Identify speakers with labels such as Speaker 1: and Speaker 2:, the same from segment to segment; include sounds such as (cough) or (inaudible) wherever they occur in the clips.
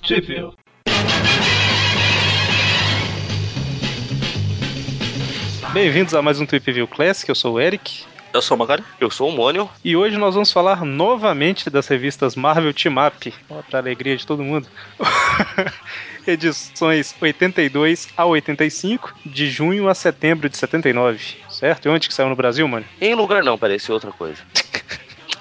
Speaker 1: Possível. Bem-vindos a mais um Tweep View Classic, eu sou o Eric.
Speaker 2: Eu sou o Magari. Eu sou o Mônio.
Speaker 1: E hoje nós vamos falar novamente das revistas Marvel Team Up, ó, pra alegria de todo mundo. (laughs) Edições 82 a 85, de junho a setembro de 79, certo? E onde que saiu no Brasil, mano?
Speaker 2: Em lugar não, peraí, isso é outra coisa.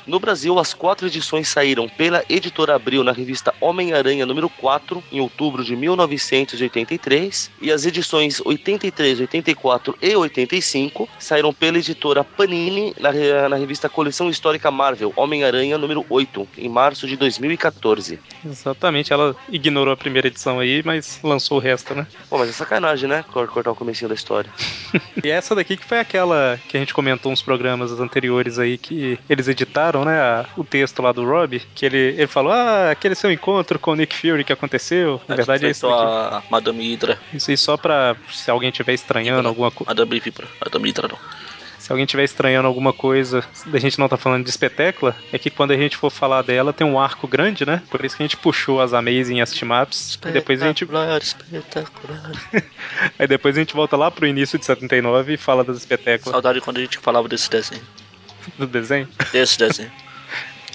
Speaker 2: No Brasil, as quatro edições saíram pela editora Abril na revista Homem-Aranha número 4, em outubro de 1983, e as edições 83, 84 e 85 saíram pela editora Panini na, re- na revista Coleção Histórica Marvel Homem-Aranha número 8, em março de 2014.
Speaker 1: Exatamente, ela ignorou a primeira edição aí, mas lançou o resto, né?
Speaker 2: Pô, mas é sacanagem, né? Cor- Cortar o comecinho da história.
Speaker 1: E essa daqui que foi aquela que a gente comentou uns programas anteriores aí que eles editaram, né? a- o texto lá do Rob, que ele, ele falou: Ah, aquele seu encontro com o Nick Fury que aconteceu. Na verdade é isso
Speaker 2: Feito
Speaker 1: daqui.
Speaker 2: a Madame Hydra.
Speaker 1: Isso aí só pra se alguém tiver estranhando alguma coisa.
Speaker 2: Madame Vibra. Madame Hydra não.
Speaker 1: Se alguém tiver estranhando alguma coisa da gente não tá falando de espetácula, é que quando a gente for falar dela tem um arco grande, né? Por isso que a gente puxou as Amazing e as Timaps. E depois a gente
Speaker 2: Espetacular, espetacular.
Speaker 1: Aí depois a gente volta lá pro início de 79 e fala das espetáculas
Speaker 2: Saudade quando a gente falava desse desenho.
Speaker 1: do desenho.
Speaker 3: (laughs)
Speaker 2: Desse desenho.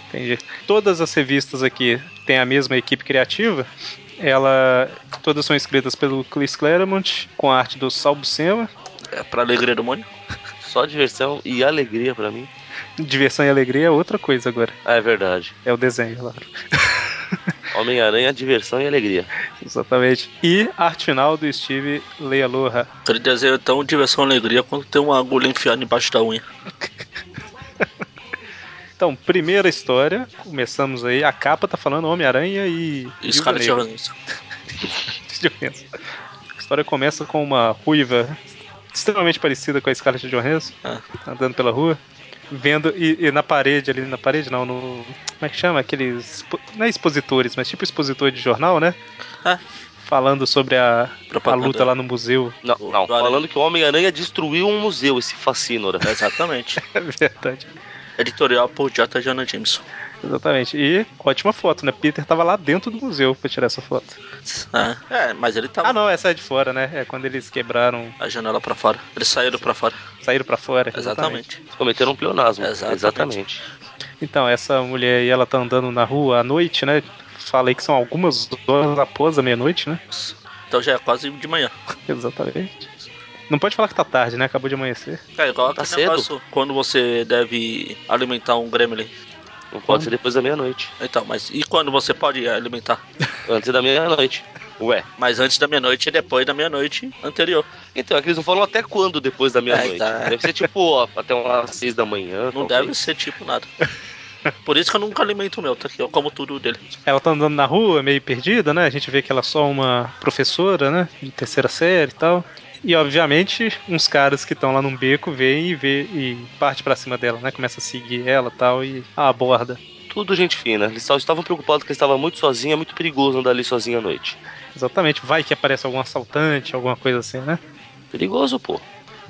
Speaker 1: Entendi. Todas as revistas aqui têm a mesma equipe criativa. Ela todas são escritas pelo Chris Claremont com a arte do Sal Buscema.
Speaker 2: É pra alegria do Mônio? Só diversão e alegria pra mim.
Speaker 1: Diversão e alegria é outra coisa agora.
Speaker 2: Ah, é verdade.
Speaker 1: É o desenho, claro. (laughs)
Speaker 2: Homem-Aranha, diversão e alegria.
Speaker 1: Exatamente. E arte final do Steve Lealoha.
Speaker 2: Aquele desenho é tão diversão e alegria quando tem uma agulha enfiada embaixo da unha.
Speaker 1: Então, primeira história, começamos aí. A capa tá falando Homem-Aranha e. e o
Speaker 2: Scarlett
Speaker 1: Negro.
Speaker 2: Johansson.
Speaker 1: de Johansson. A história começa com uma ruiva extremamente parecida com a Scarlett Johansson,
Speaker 2: Ah.
Speaker 1: andando pela rua, vendo e, e na parede ali, na parede não, no como é que chama aqueles, expo- não é expositores, mas tipo expositor de jornal, né?
Speaker 2: Ah.
Speaker 1: Falando sobre a, a
Speaker 2: Propaganda.
Speaker 1: luta lá no museu, (laughs)
Speaker 3: Não,
Speaker 2: O-
Speaker 3: não.
Speaker 2: do Aranha.
Speaker 3: Falando que o Homem-Aranha destruiu um museu, esse né? facínora.
Speaker 2: Exatamente.
Speaker 1: é verdade.
Speaker 2: Editorial por J. Jonah Jameson.
Speaker 1: Exatamente. E ótima foto, né? Peter tava lá dentro do museu pra tirar essa foto.
Speaker 2: Ah, é, mas ele tava
Speaker 1: Ah, não, essa é de fora, né? É quando eles quebraram,
Speaker 2: a janela pra fora. Eles saíram pra fora.
Speaker 1: saíram pra fora.
Speaker 2: Exatamente.
Speaker 3: Eles cometeram um pleonasmo.
Speaker 2: Exatamente.
Speaker 3: Exatamente.
Speaker 1: Então, essa mulher aí, ela tá andando na rua à noite, né? Falei que são algumas horas após a meia-noite, né?
Speaker 2: Então já é quase de manhã.
Speaker 1: Exatamente. Não pode falar que tá tarde, né? Acabou de amanhecer.
Speaker 2: É igual
Speaker 3: Tá
Speaker 2: aquele
Speaker 3: cedo.
Speaker 2: negócio quando você deve alimentar um gremlin.
Speaker 3: Não pode ser depois da meia-noite.
Speaker 2: Então, mas e quando você pode alimentar?
Speaker 3: Antes da meia-noite. Ué.
Speaker 2: Mas antes da meia-noite e depois da meia-noite anterior.
Speaker 3: Então, é que eles não falam até quando depois da meia-noite.
Speaker 2: É, tá.
Speaker 3: Deve ser tipo, ó, até umas seis da manhã.
Speaker 2: Não
Speaker 3: talvez.
Speaker 2: deve ser tipo nada. Por isso que eu nunca alimento o meu, tá aqui, eu como tudo dele.
Speaker 1: Ela tá andando na rua, meio perdida, né? A gente vê que ela é só uma professora, né? De terceira série e tal. E, obviamente, uns caras que estão lá num beco veem e vê e parte pra cima dela, né? Começa a seguir ela e tal e a aborda.
Speaker 3: Tudo gente fina. Eles só estavam preocupados que eles estavam muito sozinhos, é muito perigoso andar ali sozinho à noite.
Speaker 1: Exatamente. Vai que aparece algum assaltante, alguma coisa assim, né?
Speaker 3: Perigoso, pô.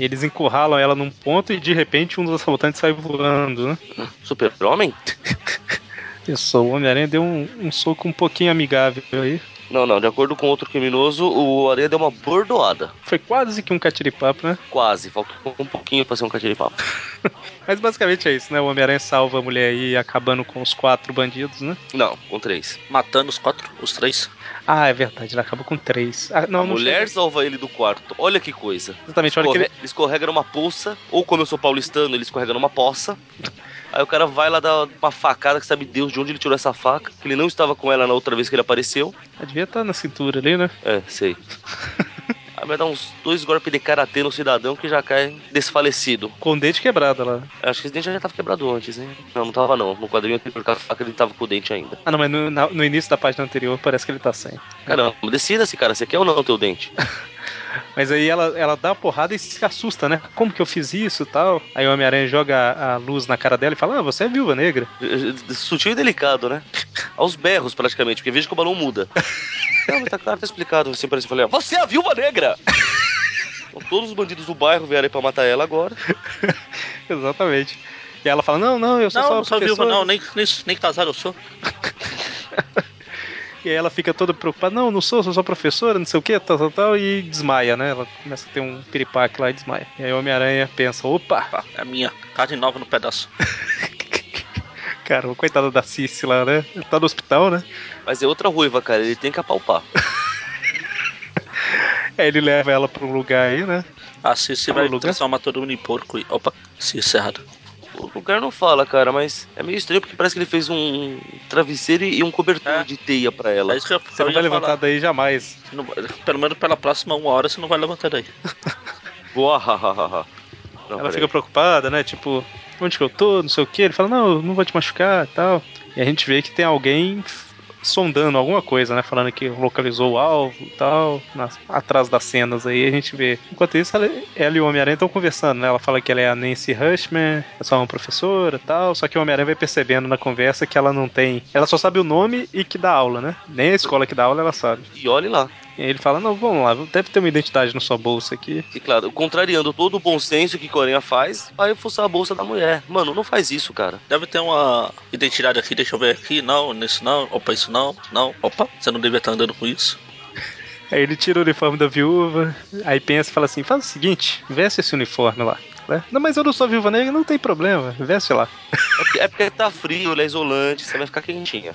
Speaker 1: Eles encurralam ela num ponto e, de repente, um dos assaltantes sai voando, né?
Speaker 3: Super-homem?
Speaker 1: Isso, o Homem-Aranha deu um, um soco um pouquinho amigável aí.
Speaker 3: Não, não. De acordo com outro criminoso, o Areia deu uma bordoada.
Speaker 1: Foi quase que um catiripapo, né?
Speaker 3: Quase. Faltou um pouquinho pra ser um catiripapo.
Speaker 1: Mas basicamente é isso, né? O Homem-Aranha salva a mulher aí, acabando com os quatro bandidos, né?
Speaker 3: Não, com três.
Speaker 2: Matando os quatro, os três.
Speaker 1: Ah, é verdade, ele acaba com três. Ah, não,
Speaker 3: A
Speaker 1: não
Speaker 3: mulher
Speaker 1: chega.
Speaker 3: salva ele do quarto. Olha que coisa.
Speaker 1: Exatamente, olha que
Speaker 3: Escorre...
Speaker 1: ele...
Speaker 3: Ele... escorrega numa poça, ou como eu sou paulistano, ele escorrega numa poça. Aí o cara vai lá dar uma facada, que sabe Deus de onde ele tirou essa faca, que ele não estava com ela na outra vez que ele apareceu.
Speaker 1: Ah, devia estar na cintura ali, né?
Speaker 3: É, sei. Aí vai dar uns dois golpes de karatê no cidadão que já cai desfalecido.
Speaker 1: Com o dente quebrado lá.
Speaker 3: Acho que esse dente já tava quebrado antes, hein? Não, não tava não. No quadrinho anterior, com a faca, ele tava com o dente ainda.
Speaker 1: Ah, não, mas no, na- no início da página anterior parece que ele tá sem.
Speaker 3: Caramba, decida-se, cara. Você quer ou não é o teu dente?
Speaker 1: Mas aí ela, ela dá a porrada e se assusta, né? Como que eu fiz isso e tal? Aí o Homem-Aranha joga a, a luz na cara dela e fala: Ah, você é viúva negra. (laughs)
Speaker 3: Sutil e delicado, né? Aos berros, praticamente, porque veja que o balão muda. Não, mas tá claro, tá explicado. Assim, parece, eu falei, ó, você é a viúva negra! Então, todos os bandidos do bairro vieram aí pra matar ela agora.
Speaker 1: Exatamente. E ela fala: Não, não, eu sou
Speaker 2: Não,
Speaker 1: só
Speaker 2: não sou viúva,
Speaker 1: professora."
Speaker 2: não, nem, nem, nem casado eu sou.
Speaker 1: E aí ela fica toda preocupada, não, não sou, sou só professora, não sei o que, tal, tal, tal, e desmaia, né? Ela começa a ter um piripaque lá e desmaia. E aí o Homem-Aranha pensa, opa,
Speaker 2: Pá, é a minha. Carne nova no pedaço.
Speaker 1: cara, coitada da Cici lá, né? Tá no hospital, né?
Speaker 3: Mas é outra ruiva, cara. Ele tem que apalpar.
Speaker 1: Aí ele leva ela pra um lugar aí, né?
Speaker 2: A Cici
Speaker 1: Tá
Speaker 2: vai
Speaker 1: maluco, né?
Speaker 2: transformar todo mundo em porco e... Opa, Cici errado.
Speaker 3: O lugar não fala, cara, mas é meio estranho porque parece que ele fez um travesseiro e um cobertor
Speaker 2: É.
Speaker 3: de teia pra ela.
Speaker 2: É isso que eu,
Speaker 1: Você
Speaker 2: eu
Speaker 1: não vai
Speaker 2: ia
Speaker 1: levantar
Speaker 2: falar.
Speaker 1: daí jamais.
Speaker 2: Você não vai- pelo menos pela próxima uma hora você não vai levantar daí.
Speaker 3: Boa, ha, ha, ha, ha.
Speaker 1: ela
Speaker 3: Não, peraí.
Speaker 1: fica preocupada, né? Tipo, onde que eu tô, não sei o que. Ele fala, não, eu não vou te machucar e tal. E a gente vê que tem alguém f- sondando alguma coisa, né? Falando que localizou o alvo e tal, nas- atrás das cenas aí, a gente vê. Enquanto isso, ela, ela e o Homem-Aranha estão conversando, né? Ela fala que ela é a Nancy Rushman, é só uma professora e tal, só que o Homem-Aranha vai percebendo na conversa que ela não tem... Ela só sabe o nome e que dá aula, né? Nem a escola que dá aula ela sabe.
Speaker 3: E olhe lá.
Speaker 1: E aí ele fala, não, vamos lá, deve ter uma identidade na sua bolsa aqui.
Speaker 3: E claro, contrariando todo o bom senso que Coreia faz, vai fuçar a bolsa da mulher. Mano, não faz isso, cara.
Speaker 2: Deve ter uma identidade aqui, deixa eu ver aqui. Não, nisso não. Opa, isso não. Não, opa, você não devia estar andando com isso.
Speaker 1: Aí ele tira o uniforme da viúva, aí pensa e fala assim: faz o seguinte, veste esse uniforme lá. né? Não, mas eu não sou viúva negra, não tem problema, veste lá.
Speaker 3: É porque, é porque tá frio, ele é isolante, você vai ficar quentinha.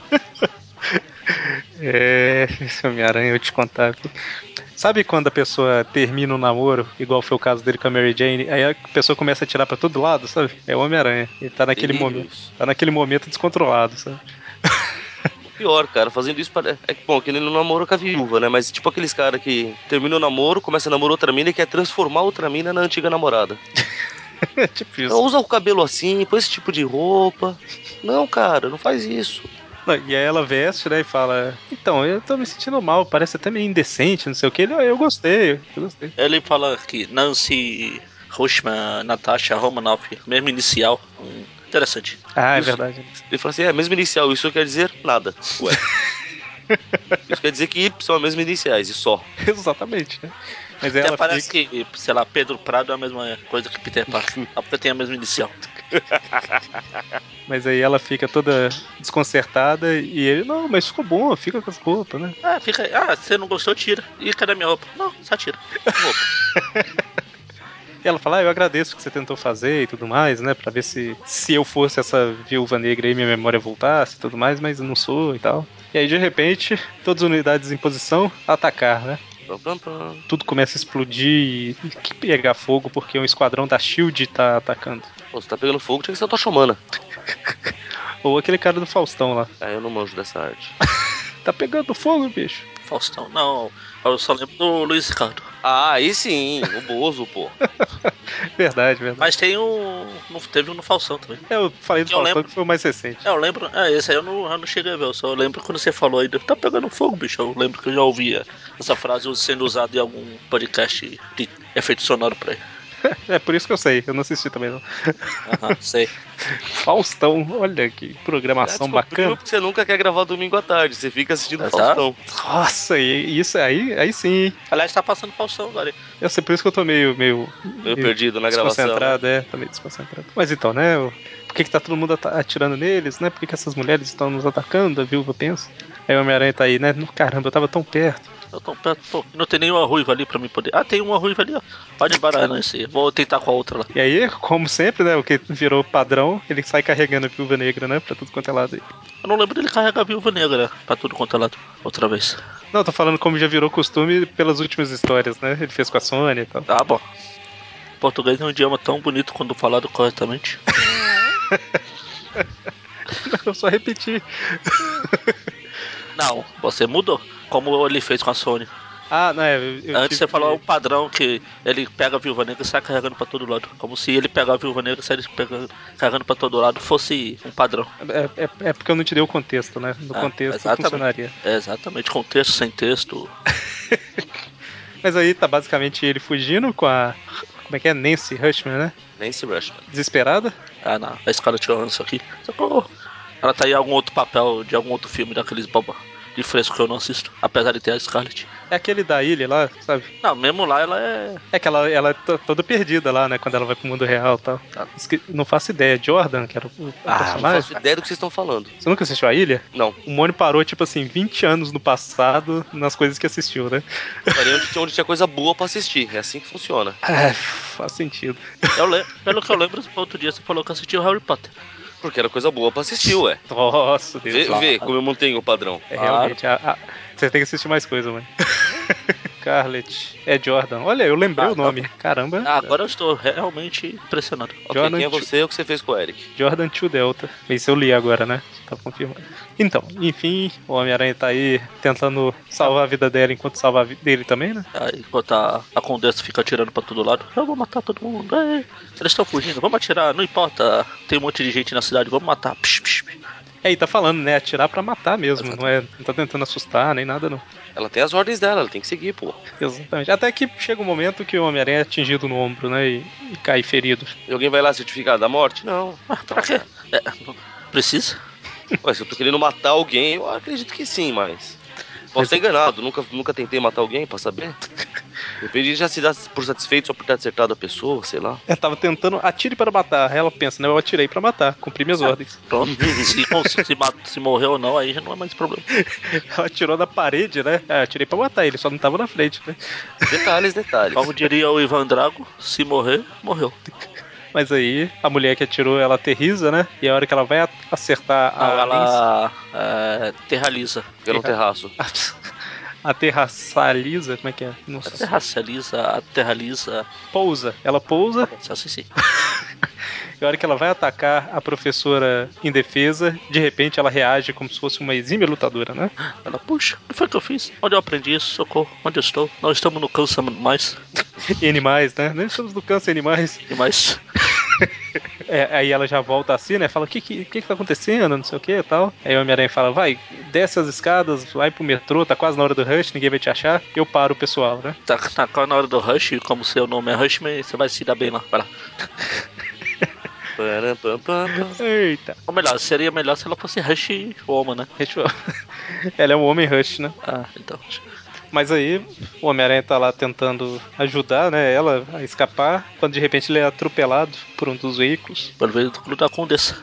Speaker 1: É, esse Homem-Aranha, eu te contar. viu? Sabe quando a pessoa termina um namoro, igual foi o caso dele com a Mary Jane, aí a pessoa começa a tirar pra todo lado, sabe? É o Homem-Aranha. Ele tá naquele
Speaker 3: Delírios.
Speaker 1: momento. Tá naquele momento descontrolado, sabe? (laughs)
Speaker 3: Pior, cara, fazendo isso parece. É que, bom, que ele não namorou com a viúva, né? Mas tipo aqueles caras que termina o namoro, começa a namorar outra mina e quer transformar outra mina na antiga namorada.
Speaker 1: É tipo isso.
Speaker 3: Não, usa o cabelo assim, põe esse tipo de roupa. Não, cara, não faz isso.
Speaker 1: Não, e aí ela veste, né, e fala: Então, eu tô me sentindo mal, parece até meio indecente, não sei o que. Ele, "Ah, eu gostei, eu gostei.
Speaker 2: Ele fala que Nancy, Rushman, Natasha, Romanoff, mesmo inicial. Hum, interessante.
Speaker 1: Ah, é
Speaker 3: Isso.
Speaker 1: verdade.
Speaker 3: Ele fala assim: é, mesmo inicial, isso quer dizer nada. (laughs) Ué. isso quer dizer que Y são as mesmas iniciais e só.
Speaker 1: (laughs) Exatamente, né? Mas
Speaker 2: Até
Speaker 1: ela
Speaker 2: parece
Speaker 1: fica...
Speaker 2: que, sei lá, Pedro Prado é a mesma coisa que Peter Parker. (laughs) A puta tem a mesma inicial.
Speaker 1: Mas aí ela fica toda desconcertada e ele, não, mas ficou bom, fica com as roupas, né?
Speaker 2: Ah, fica aí. Ah, você não gostou, tira. E cadê minha roupa? Não, só tira. Roupa.
Speaker 1: E ela fala, ah, eu agradeço o que você tentou fazer e tudo mais, né? Pra ver se, se eu fosse essa viúva negra aí, minha memória voltasse e tudo mais, mas não sou e tal. E aí, de repente, todas as unidades em posição, atacar, né?
Speaker 3: Pam, pam, pam.
Speaker 1: Tudo começa a explodir e que pegar fogo porque um esquadrão da SHIELD tá atacando.
Speaker 3: Pô, você tá pegando fogo, tinha que ser a tua chomana.
Speaker 1: Ou aquele cara do Faustão lá.
Speaker 3: Ah, eu não manjo dessa arte.
Speaker 1: Tá pegando fogo, bicho. (laughs)
Speaker 2: Faustão, não. Eu só lembro do Luiz Ricardo.
Speaker 3: (laughs) Ah, aí sim, o Bozo, pô.
Speaker 1: Verdade, verdade. É,
Speaker 2: Mas tem um. não- Teve um no Faustão também.
Speaker 1: Eu falei do
Speaker 2: Eu
Speaker 1: Faustão
Speaker 2: lembro.
Speaker 1: que foi o mais recente.
Speaker 2: É, Eu lembro, é, esse aí eu não, eu não cheguei a ver, eu só lembro quando você falou aí, do- tá pegando fogo, bicho. Eu lembro que eu já ouvia essa frase sendo usada em algum podcast de efeito sonoro por aí.
Speaker 1: É por isso que eu sei, eu não assisti também não. (laughs)
Speaker 2: (laughs) Aham, sei.
Speaker 1: Faustão, olha que programação
Speaker 3: Já descobriu
Speaker 1: bacana.
Speaker 3: que você nunca quer gravar domingo à tarde, você fica assistindo
Speaker 2: Exato.
Speaker 3: Faustão.
Speaker 1: Nossa, e isso aí, aí sim, hein?
Speaker 2: Aliás, tá passando Faustão agora. hein?
Speaker 1: Eu sei, por isso que eu tô meio, meio,
Speaker 3: Meio perdido na gravação. né?
Speaker 1: desconcentrado, é, tô meio desconcentrado. Mas então, né? o- Por que, que tá todo mundo ata- atirando neles, né? Por que, que essas mulheres estão nos atacando? A viúva pensa. Aí o Homem-Aranha tá aí, né? no- Caramba, eu tava tão perto.
Speaker 2: Eu tô perto, pô, não tem nenhuma ruiva ali pra mim poder. Ah, tem uma ruiva ali, ó. Pode embaralhar esse. aí. Vou tentar com a outra lá.
Speaker 1: E aí, como sempre, né? O que virou padrão, ele sai carregando a viúva negra, né? Pra tudo quanto é lado aí.
Speaker 2: Eu não lembro dele carregar a viúva negra pra tudo quanto é lado outra vez.
Speaker 1: Não, tô falando como já virou costume pelas últimas histórias, né? Ele fez com a Sônia e tal.
Speaker 2: Tá bom. Português é um idioma tão bonito quando falado corretamente.
Speaker 1: (laughs) Eu só repeti.
Speaker 2: Não, você mudou. Como ele fez com a Sony.
Speaker 1: Ah, não, é. eu- eu
Speaker 2: Antes
Speaker 1: tive
Speaker 2: você falou
Speaker 1: que-
Speaker 2: um padrão que ele pega a viúva negra e sai carregando pra todo lado. Como se ele pegar a viúva negra e sair pegando- carregando pra todo lado fosse um padrão.
Speaker 1: É, é- é porque eu não te dei o contexto, né? No
Speaker 2: Ah,
Speaker 1: contexto
Speaker 2: exatamente.
Speaker 1: funcionaria.
Speaker 2: É, exatamente, com texto, sem texto.
Speaker 1: Mas aí tá basicamente ele fugindo com a. Como é que é? Nancy Hushman, né?
Speaker 3: Nancy Rushman.
Speaker 1: Desesperada.
Speaker 2: Ah, não. A escala de isso aqui. Socorro. Ela tá em algum outro papel de algum outro filme daqueles boba. de fresco que eu não assisto, apesar de ter a Scarlett.
Speaker 1: É aquele da ilha lá, sabe?
Speaker 2: Não, mesmo lá ela é.
Speaker 1: É que ela, ela é to- toda perdida lá, né? Quando ela vai pro mundo real e tal.
Speaker 2: Tá.
Speaker 1: Esque- Não faço ideia. Jordan, que era o o
Speaker 3: Ah, não
Speaker 1: personagem.
Speaker 3: faço ideia do que vocês estão falando.
Speaker 1: Você nunca assistiu a ilha?
Speaker 3: Não,
Speaker 1: O Mônio parou, tipo assim, 20 anos no passado nas coisas que assistiu, né?
Speaker 3: parei onde tinha, onde tinha coisa boa pra assistir. É assim que funciona.
Speaker 1: Ah, (laughs) faz sentido.
Speaker 2: Eu le- Pelo que eu lembro, outro dia você falou que assistiu Harry Potter.
Speaker 3: Porque era coisa boa pra assistir, ué.
Speaker 1: Nossa, Deus.
Speaker 3: Vê, vê como eu mantenho o padrão.
Speaker 1: É realmente. a- a- Você tem que assistir mais coisa, mano. (laughs) Scarlett. É Jordan. Olha, eu lembrei
Speaker 2: Ah,
Speaker 1: o nome. Caramba.
Speaker 2: Ah, agora eu estou realmente impressionado.
Speaker 3: Ok,
Speaker 1: Jonathan-
Speaker 3: quem é você e o que você fez com o Eric?
Speaker 1: Jordan 2 Delta. Isso eu li agora, né? Tá confirmado. Então, enfim, o Homem-Aranha tá aí tentando salvar a vida dela enquanto salva a vida dele também, né?
Speaker 2: Aí, enquanto a, a Condessa fica atirando pra todo lado, eu vou matar todo mundo. Ei, eles estão fugindo, vamos atirar, não importa. Tem um monte de gente na cidade, vamos matar. Psh, psh, psh.
Speaker 1: É, e tá falando, né? Atirar pra matar mesmo, não, é, não tá tentando assustar nem nada, não.
Speaker 3: Ela tem as ordens dela, ela tem que seguir, pô.
Speaker 1: Exatamente. Até que chega um momento que o Homem-Aranha é atingido no ombro, né? E, e cai ferido.
Speaker 3: E alguém vai lá certificar da morte? Não.
Speaker 2: Mas pra quê? É, não- precisa?
Speaker 3: Ué, se eu tô querendo matar alguém, eu acredito que sim, mas. Posso
Speaker 1: Mas-
Speaker 3: estar enganado, nunca, nunca tentei matar alguém pra saber. De repente já se dá por satisfeito só por ter acertado a pessoa, sei lá.
Speaker 1: Ela É, tava tentando, atire para matar. Aí ela pensa, né? Eu atirei pra matar, cumpri minhas
Speaker 2: Ah.
Speaker 1: ordens.
Speaker 2: (laughs) Pronto. se, bom, se, se mat- se morreu ou não, aí já não é mais problema.
Speaker 1: (laughs) Ela atirou na parede, né? Ah, atirei pra matar ele, só não tava na frente, né?
Speaker 3: Detalhes, detalhes.
Speaker 2: Como diria o Ivan Drago, se morrer, morreu.
Speaker 1: Mas aí a mulher que atirou, ela aterriza, né? E a hora que ela vai a- acertar a.
Speaker 2: Não, Ah, ela é, terraliza.
Speaker 3: Pelo terraço.
Speaker 1: (laughs) Aterraçaliza, como é que é? Não sei.
Speaker 2: Terracializa, terraliza.
Speaker 1: Pousa. Ela pousa,
Speaker 2: Só sei sim.
Speaker 1: e a hora que ela vai atacar a professora indefesa, de repente ela reage como se fosse uma exímia lutadora, né? (laughs)
Speaker 2: Ela, puxa, o que foi que eu fiz? Onde eu aprendi isso? Socorro, onde eu estou? Não estamos no câncer mais.
Speaker 1: E animais, né? Nem somos do câncer animais.
Speaker 2: E mais.
Speaker 1: É, aí ela já volta assim, né? Fala, o que que, que que tá acontecendo? Não sei o que e tal. Aí o Homem-Aranha fala, vai, desce as escadas, vai pro metrô, tá quase na hora do rush, ninguém vai te achar. Eu paro o pessoal, né?
Speaker 2: Tá, tá quase na hora do Rush, como seu nome é Rushman, você vai se dar bem lá. Vai lá.
Speaker 3: Param, pam, pam, pam.
Speaker 1: Eita. (laughs)
Speaker 2: Ou melhor, seria melhor se ela fosse Rush Woman, né?
Speaker 1: Deixa eu- Ela é um homem rush, né?
Speaker 2: Ah, então.
Speaker 1: Mas aí o Homem-Aranha tá lá tentando ajudar, né, ela a escapar, quando de repente ele é atropelado por um dos veículos.
Speaker 2: Pelo menos do clube da Condessa.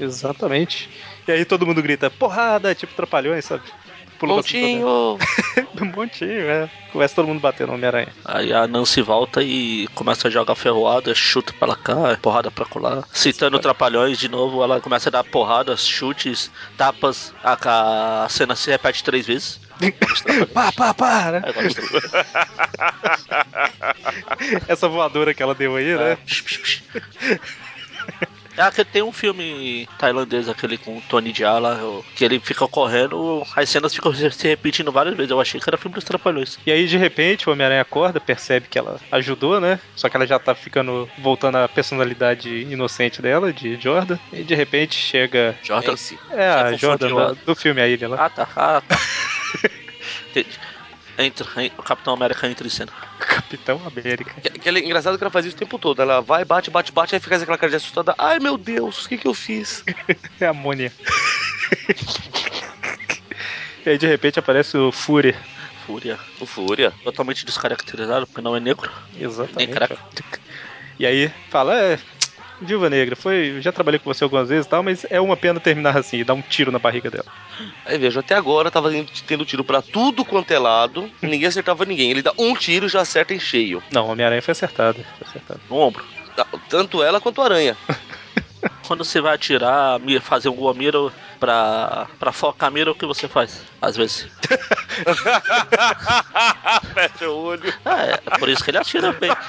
Speaker 1: Exatamente. E aí todo mundo grita, porrada, tipo trapalhões, sabe? Pula pra cima (laughs) do
Speaker 3: Pontinho!
Speaker 1: Homem-Aranha. Montinho, é. Começa todo mundo batendo no Homem-Aranha.
Speaker 2: Aí a Nancy volta e começa a jogar ferroada, chuta pra cá, porrada pra colar. Citando Trapalhões de novo, ela começa a dar porradas, chutes, tapas. A, a cena se repete três vezes.
Speaker 1: Pá, pá, pá, né?
Speaker 2: Aí agora os Trapalhões-
Speaker 1: (laughs) Essa voadora que ela deu aí, né?
Speaker 2: (laughs) É aquele, É. tem um filme tailandês, aquele com o Tony Diala, que ele fica correndo, as cenas ficam se se repetindo várias vezes. Eu achei que era filme dos Trapalhões.
Speaker 1: E aí, de repente, o Homem-Aranha acorda, percebe que ela ajudou, né? Só que ela já tá ficando, voltando à personalidade inocente dela, de Jordan. E de repente chega.
Speaker 2: Jordan.
Speaker 3: Pense.
Speaker 1: É a
Speaker 2: confundiu
Speaker 1: Jordan
Speaker 2: ela.
Speaker 1: do, do filme A Ilha lá.
Speaker 2: Ah tá, ah tá. Entendi. Entra, en- o Capitão América entra em cena.
Speaker 1: Capitão América. (laughs)
Speaker 3: Que, que ela- é engraçado que ela faz isso o tempo todo. Ela vai, bate, bate, bate, aí fica com aquela cara de assustada. Ai meu Deus, o que que eu fiz?
Speaker 1: É a Mônia. (laughs) e aí, de repente, aparece o Fury.
Speaker 2: Fúria.
Speaker 3: O Fúria.
Speaker 2: Totalmente descaracterizado, porque não é negro.
Speaker 1: Exatamente.
Speaker 2: Nem crack.
Speaker 1: ó. E aí, fala, é. Viúva Negra, foi, eu já trabalhei com você algumas vezes e tal, mas é uma pena terminar assim e dar um tiro na barriga dela.
Speaker 3: Aí vejo, até agora eu tava indo- tendo tiro pra tudo quanto é lado. e Ninguém acertava ninguém. Ele dá um tiro e já acerta em cheio.
Speaker 1: Não, Homem-Aranha foi acertado. Foi acertado.
Speaker 2: No ombro.
Speaker 3: Tá, Tanto ela quanto a aranha.
Speaker 2: Quando você vai atirar, mi- fazer alguma mira pra, pra focar a mira, o que você faz? Às vezes.
Speaker 3: (laughs) Fecha o olho.
Speaker 2: Ah, é, é por isso que ele atira bem.
Speaker 1: (laughs)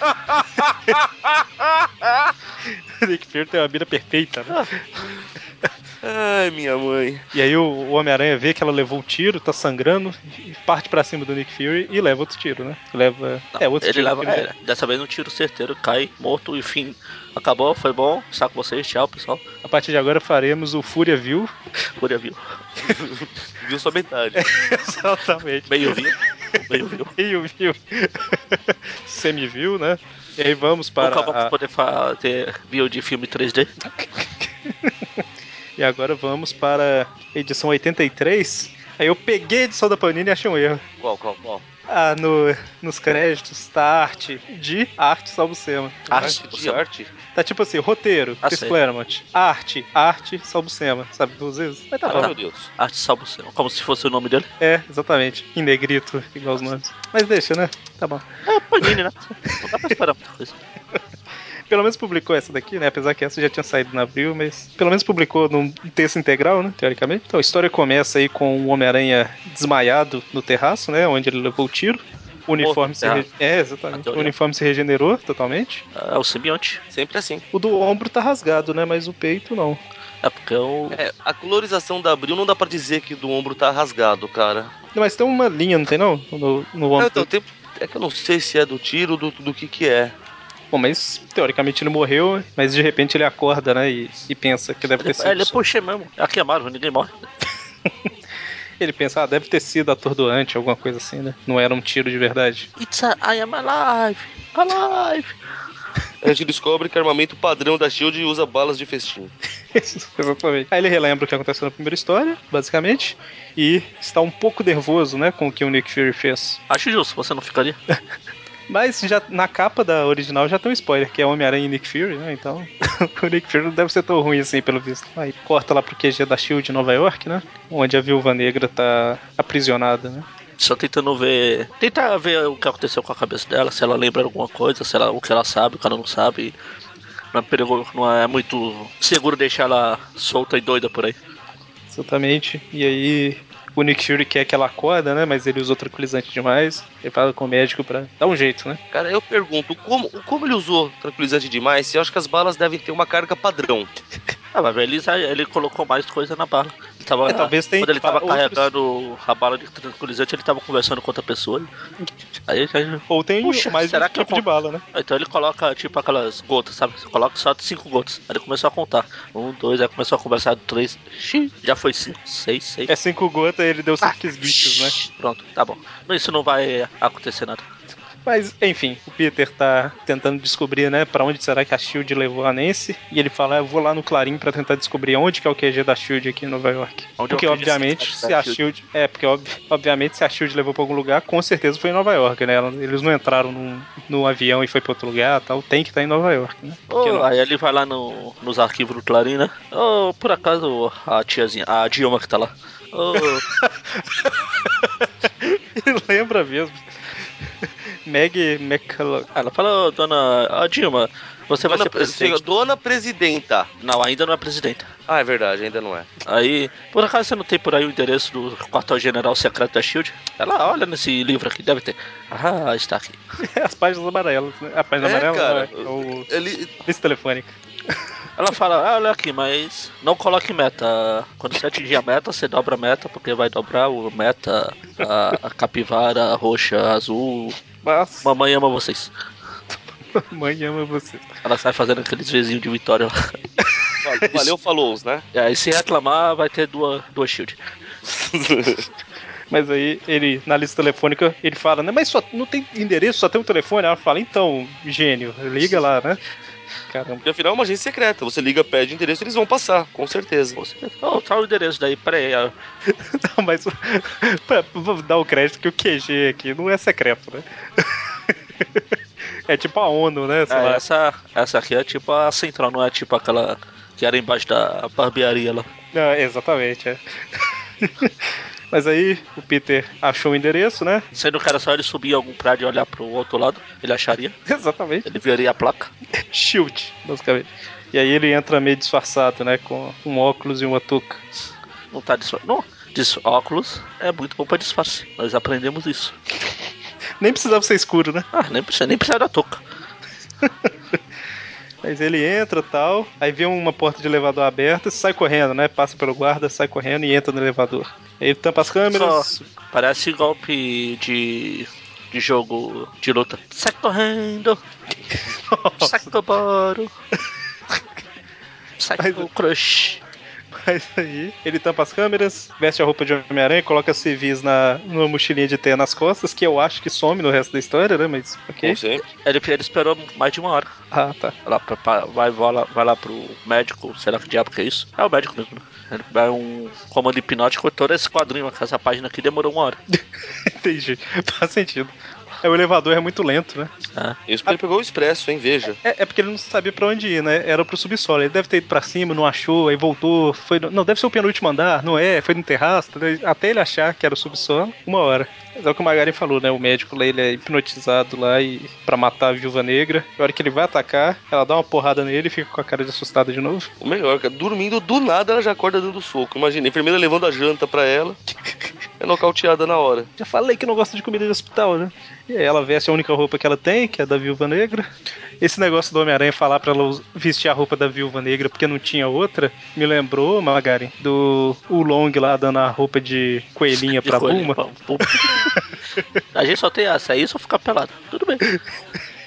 Speaker 1: Nick Fury tem uma mira perfeita, né?
Speaker 3: Ai, minha mãe.
Speaker 1: E aí o o Homem-Aranha vê que ela levou um tiro, tá sangrando, e parte pra cima do Nick Fury e leva outro tiro, né? Leva. é, outro
Speaker 2: ele
Speaker 1: tiro.
Speaker 2: leva,
Speaker 1: porque ele-
Speaker 2: é, dessa vez um tiro certeiro, cai, morto, enfim. Acabou, foi bom, está com vocês, tchau pessoal.
Speaker 1: A partir de agora faremos o Fúria
Speaker 2: (laughs)
Speaker 1: View.
Speaker 2: Fúria viu.
Speaker 3: Viu só metade.
Speaker 1: Exatamente.
Speaker 2: Meio viu. Meio viu.
Speaker 1: Meio view. Semi-view, né? E aí vamos (laughs) para.
Speaker 2: Nunca vamos
Speaker 1: a-
Speaker 2: poder fa- ter view de filme 3D.
Speaker 1: E agora vamos para a edição 83. Aí eu peguei a edição da Panini e achei um erro.
Speaker 3: Qual, qual, qual?
Speaker 1: Ah, no, nos créditos tá arte de arte Salbucema.
Speaker 3: Arte de arte?
Speaker 1: Tá tipo assim, roteiro,
Speaker 2: Ah,
Speaker 1: Chris
Speaker 2: sei.
Speaker 1: Claremont. Arte, arte Salbucema. Sabe duas vezes? Mas tá
Speaker 3: Ah,
Speaker 1: bom.
Speaker 3: meu Deus.
Speaker 2: Arte Salbucema. Como se fosse o nome dele.
Speaker 1: É, exatamente. Em negrito, igual os nomes. Mas deixa, né? Tá bom.
Speaker 2: É Panini, né? Não dá pra esperar muita coisa.
Speaker 1: Pelo menos publicou essa daqui, né? Apesar que essa já tinha saído em abril, mas pelo menos publicou num texto integral, né? Teoricamente. Então a história começa aí com o Homem-Aranha desmaiado no terraço, né? Onde ele levou o tiro. O uniforme,
Speaker 2: Morto no
Speaker 1: se re- é, exatamente.
Speaker 2: Adorei.
Speaker 1: o uniforme se regenerou totalmente.
Speaker 2: É o simbionte.
Speaker 3: Sempre assim.
Speaker 1: O do ombro tá rasgado, né? Mas o peito não.
Speaker 2: É porque o.
Speaker 3: É, a colorização da Abril não dá pra dizer que do ombro tá rasgado, cara.
Speaker 1: Mas tem uma linha, não tem não? No, no
Speaker 3: É,
Speaker 1: ombro.
Speaker 3: então, tem- é que eu não sei se é do tiro, do, do que que é.
Speaker 1: Bom, mas teoricamente ele morreu, mas de repente ele acorda, né? E, e pensa que deve
Speaker 2: Ele,
Speaker 1: ter sido.
Speaker 2: é, ele é puxa mesmo. Aqui é Marvel, ninguém morre.
Speaker 1: Ele pensa, ah, deve ter sido atordoante, alguma coisa assim, né? Não era um tiro de verdade. (laughs)
Speaker 2: It's a, I am alive. Alive.
Speaker 3: A gente descobre que o armamento padrão da SHIELD usa balas de festim.
Speaker 1: Exatamente. Aí ele relembra o que aconteceu na primeira história, basicamente, e está um pouco nervoso, né, com o que o Nick Fury fez.
Speaker 2: Acho justo, você não ficaria.
Speaker 1: Mas já na capa da original já tem um spoiler, que é Homem-Aranha e Nick Fury, né? Então, (laughs) o Nick Fury não deve ser tão ruim assim, pelo visto. Aí corta lá pro QG da Shield em Nova York, né? Onde a viúva negra tá aprisionada, né?
Speaker 2: Só tentando ver. Tentar ver o que aconteceu com a cabeça dela, se ela lembra alguma coisa, se ela, o que ela sabe, o que ela não sabe. Não é, perigo- não é muito seguro deixar ela solta e doida por aí.
Speaker 1: Exatamente. E aí o Nick Fury quer que ela acorda, né? Mas ele usou tranquilizante demais. Ele fala com o médico pra dar um jeito, né?
Speaker 3: Cara, eu pergunto, como, como ele usou tranquilizante demais se eu acho que as balas devem ter uma carga padrão?
Speaker 2: Ah, mas ele, já- ele colocou mais coisa na bala. Ele tava,
Speaker 1: É, talvez tenha
Speaker 2: quando ele tava
Speaker 1: outros-
Speaker 2: carregando a bala de tranquilizante, ele tava conversando com outra pessoa. Aí já-
Speaker 1: Ou tem
Speaker 2: Puxa,
Speaker 1: mais
Speaker 2: será
Speaker 1: um
Speaker 2: que eu
Speaker 1: tipo de
Speaker 2: con-
Speaker 1: bala, né?
Speaker 2: Então ele coloca tipo aquelas gotas, sabe? Você coloca só cinco gotas. Aí ele começou a contar. Um, dois, aí começou a conversar três. Xiii, já foi cinco, seis, seis.
Speaker 1: É cinco gotas e ele deu
Speaker 2: Ah,
Speaker 1: cinco bichos, né?
Speaker 2: Shhh, Pronto, tá bom. Isso não vai acontecer nada.
Speaker 1: Mas, enfim, o Peter tá tentando descobrir, né, pra onde será que a Shield levou a Nancy. E ele fala, "Ah, eu vou lá no Clarim pra tentar descobrir onde que é o QG da Shield aqui em Nova York.
Speaker 2: Onde é o
Speaker 1: porque,
Speaker 2: QG
Speaker 1: obviamente,
Speaker 2: da
Speaker 1: se a
Speaker 2: SHIELD?
Speaker 1: Shield. É, porque, ob- obviamente, se a Shield levou pra algum lugar, com certeza foi em Nova York, né? Ela- Eles não entraram num, num avião e foi pra outro lugar tal. Tem que estar em Nova York, né?
Speaker 2: Ô,
Speaker 1: Porque não-
Speaker 2: aí ele vai lá no, nos arquivos do Clarim, né? Ô, por acaso a tiazinha, a Dilma que tá lá. Ô,
Speaker 1: Lembra mesmo. Maggie McCullough.
Speaker 2: ela fala, ô, dona a Dilma, você vai
Speaker 3: Dona,
Speaker 2: ser presidente.
Speaker 3: dona presidenta.
Speaker 2: Não, ainda não é presidenta.
Speaker 3: Ah, é verdade, ainda não é.
Speaker 2: Aí, por acaso você não tem por aí o endereço do quartel-general secreto da SHIELD? Ela olha nesse livro aqui, deve ter. Ah, está aqui.
Speaker 1: (laughs) As páginas amarelas, né? A página
Speaker 3: É,
Speaker 1: amarela não,
Speaker 3: cara.
Speaker 1: é o
Speaker 3: Ele,
Speaker 1: lista telefônica.
Speaker 2: Ela fala, ah, olha aqui, mas não coloque meta. Quando você atingir a meta, você dobra a meta, porque vai dobrar o meta, a, a capivara, a roxa, a azul.
Speaker 1: Mas
Speaker 2: Mamãe ama vocês.
Speaker 1: (laughs) mãe ama você.
Speaker 2: Ela sai fazendo aqueles vizinhos de vitória lá.
Speaker 3: val-
Speaker 1: (laughs)
Speaker 3: valeu, falou né?
Speaker 2: E (laughs) aí, se reclamar, vai ter duas, duas shield.
Speaker 1: Mas aí ele, na lista telefônica, ele fala, né? Mas só não tem endereço, só tem um telefone. Ela fala, então, gênio, liga lá, né? Caramba. (laughs)
Speaker 3: Porque afinal é uma agência secreta. Você liga, pede o endereço, eles vão passar, com certeza.
Speaker 2: Você, oh, tá o endereço daí, peraí. ah,
Speaker 1: Não, mas (laughs) pra, vou dar o crédito que o QG aqui não é secreto, né? (laughs) É tipo a ONU, né? Sei
Speaker 2: é,
Speaker 1: lá.
Speaker 2: essa, essa aqui é tipo a central, não é tipo aquela que era embaixo da barbearia lá.
Speaker 1: Não, exatamente, é. (laughs) Mas aí o Peter achou o endereço, né? (laughs)
Speaker 2: Sendo que era só ele subir algum prédio e olhar pro outro lado, ele acharia,
Speaker 1: Exatamente.
Speaker 2: ele veria a placa.
Speaker 1: Shield, basicamente. E aí ele entra meio disfarçado, né? Com um óculos e uma touca.
Speaker 2: Não tá disfarce. Não, dis óculos é muito bom pra disfarce. Nós aprendemos isso.
Speaker 1: Nem precisava ser escuro, né?
Speaker 2: Ah, nem precisa, nem precisa da touca.
Speaker 1: Mas ele entra tal, aí vê uma porta de elevador aberta e sai correndo, né? Passa pelo guarda, sai correndo e entra no elevador. Aí ele tampa as câmeras.
Speaker 2: Só parece golpe de. de jogo de luta. Sai correndo!
Speaker 1: (laughs)
Speaker 2: Sai do boro! Sai
Speaker 1: Mas-
Speaker 2: do crush!
Speaker 1: faz aí. Ele tampa as câmeras, veste a roupa de Homem-Aranha, coloca civis na numa mochilinha de teia nas costas, que eu acho que some no resto da história, né? Mas ok.
Speaker 3: Não sei.
Speaker 4: Ele, ele esperou mais de uma hora.
Speaker 1: Ah, tá. (laughs)
Speaker 4: Lá pra- pra- vai, vai lá, vai lá pro médico, sei lá que diabo que é isso. É o médico mesmo, né? Ele vai um comando hipnótico, todo esse quadrinho, essa página aqui demorou uma hora.
Speaker 1: Entendi. Faz sentido. É, o elevador é muito lento, né?
Speaker 4: É.
Speaker 3: Isso porque ele pegou o expresso, hein? Veja.
Speaker 1: É, é porque ele não sabia pra onde ir, né? Era pro subsolo. Ele deve ter ido pra cima, não achou, aí voltou. Foi no- Não, deve ser o penúltimo andar, não é? Foi no terraço. entendeu? Até ele achar que era o subsolo, uma hora. Mas é o que o Magari falou, né? O médico lá, ele é hipnotizado lá e pra matar a viúva negra. E a hora que ele vai atacar, ela dá uma porrada nele e fica com a cara de assustada de novo.
Speaker 3: O melhor, cara. Dormindo do nada, ela já acorda dando soco. Imagina, a enfermeira levando a janta pra (laughs) ela. É nocauteada na hora.
Speaker 1: Já falei que não gosta de comida de hospital, né? E aí ela veste a única roupa que ela tem, que é a da viúva negra. Esse negócio do Homem-Aranha falar pra ela us- vestir a roupa da viúva negra porque não tinha outra, me lembrou, Magari, do o Long lá dando a roupa de coelhinha
Speaker 4: De
Speaker 1: pra
Speaker 4: coelho,
Speaker 1: Bulma.
Speaker 2: (laughs)
Speaker 4: pra- Bulma. A gente só tem essa, é isso ou ficar pelado? Tudo bem.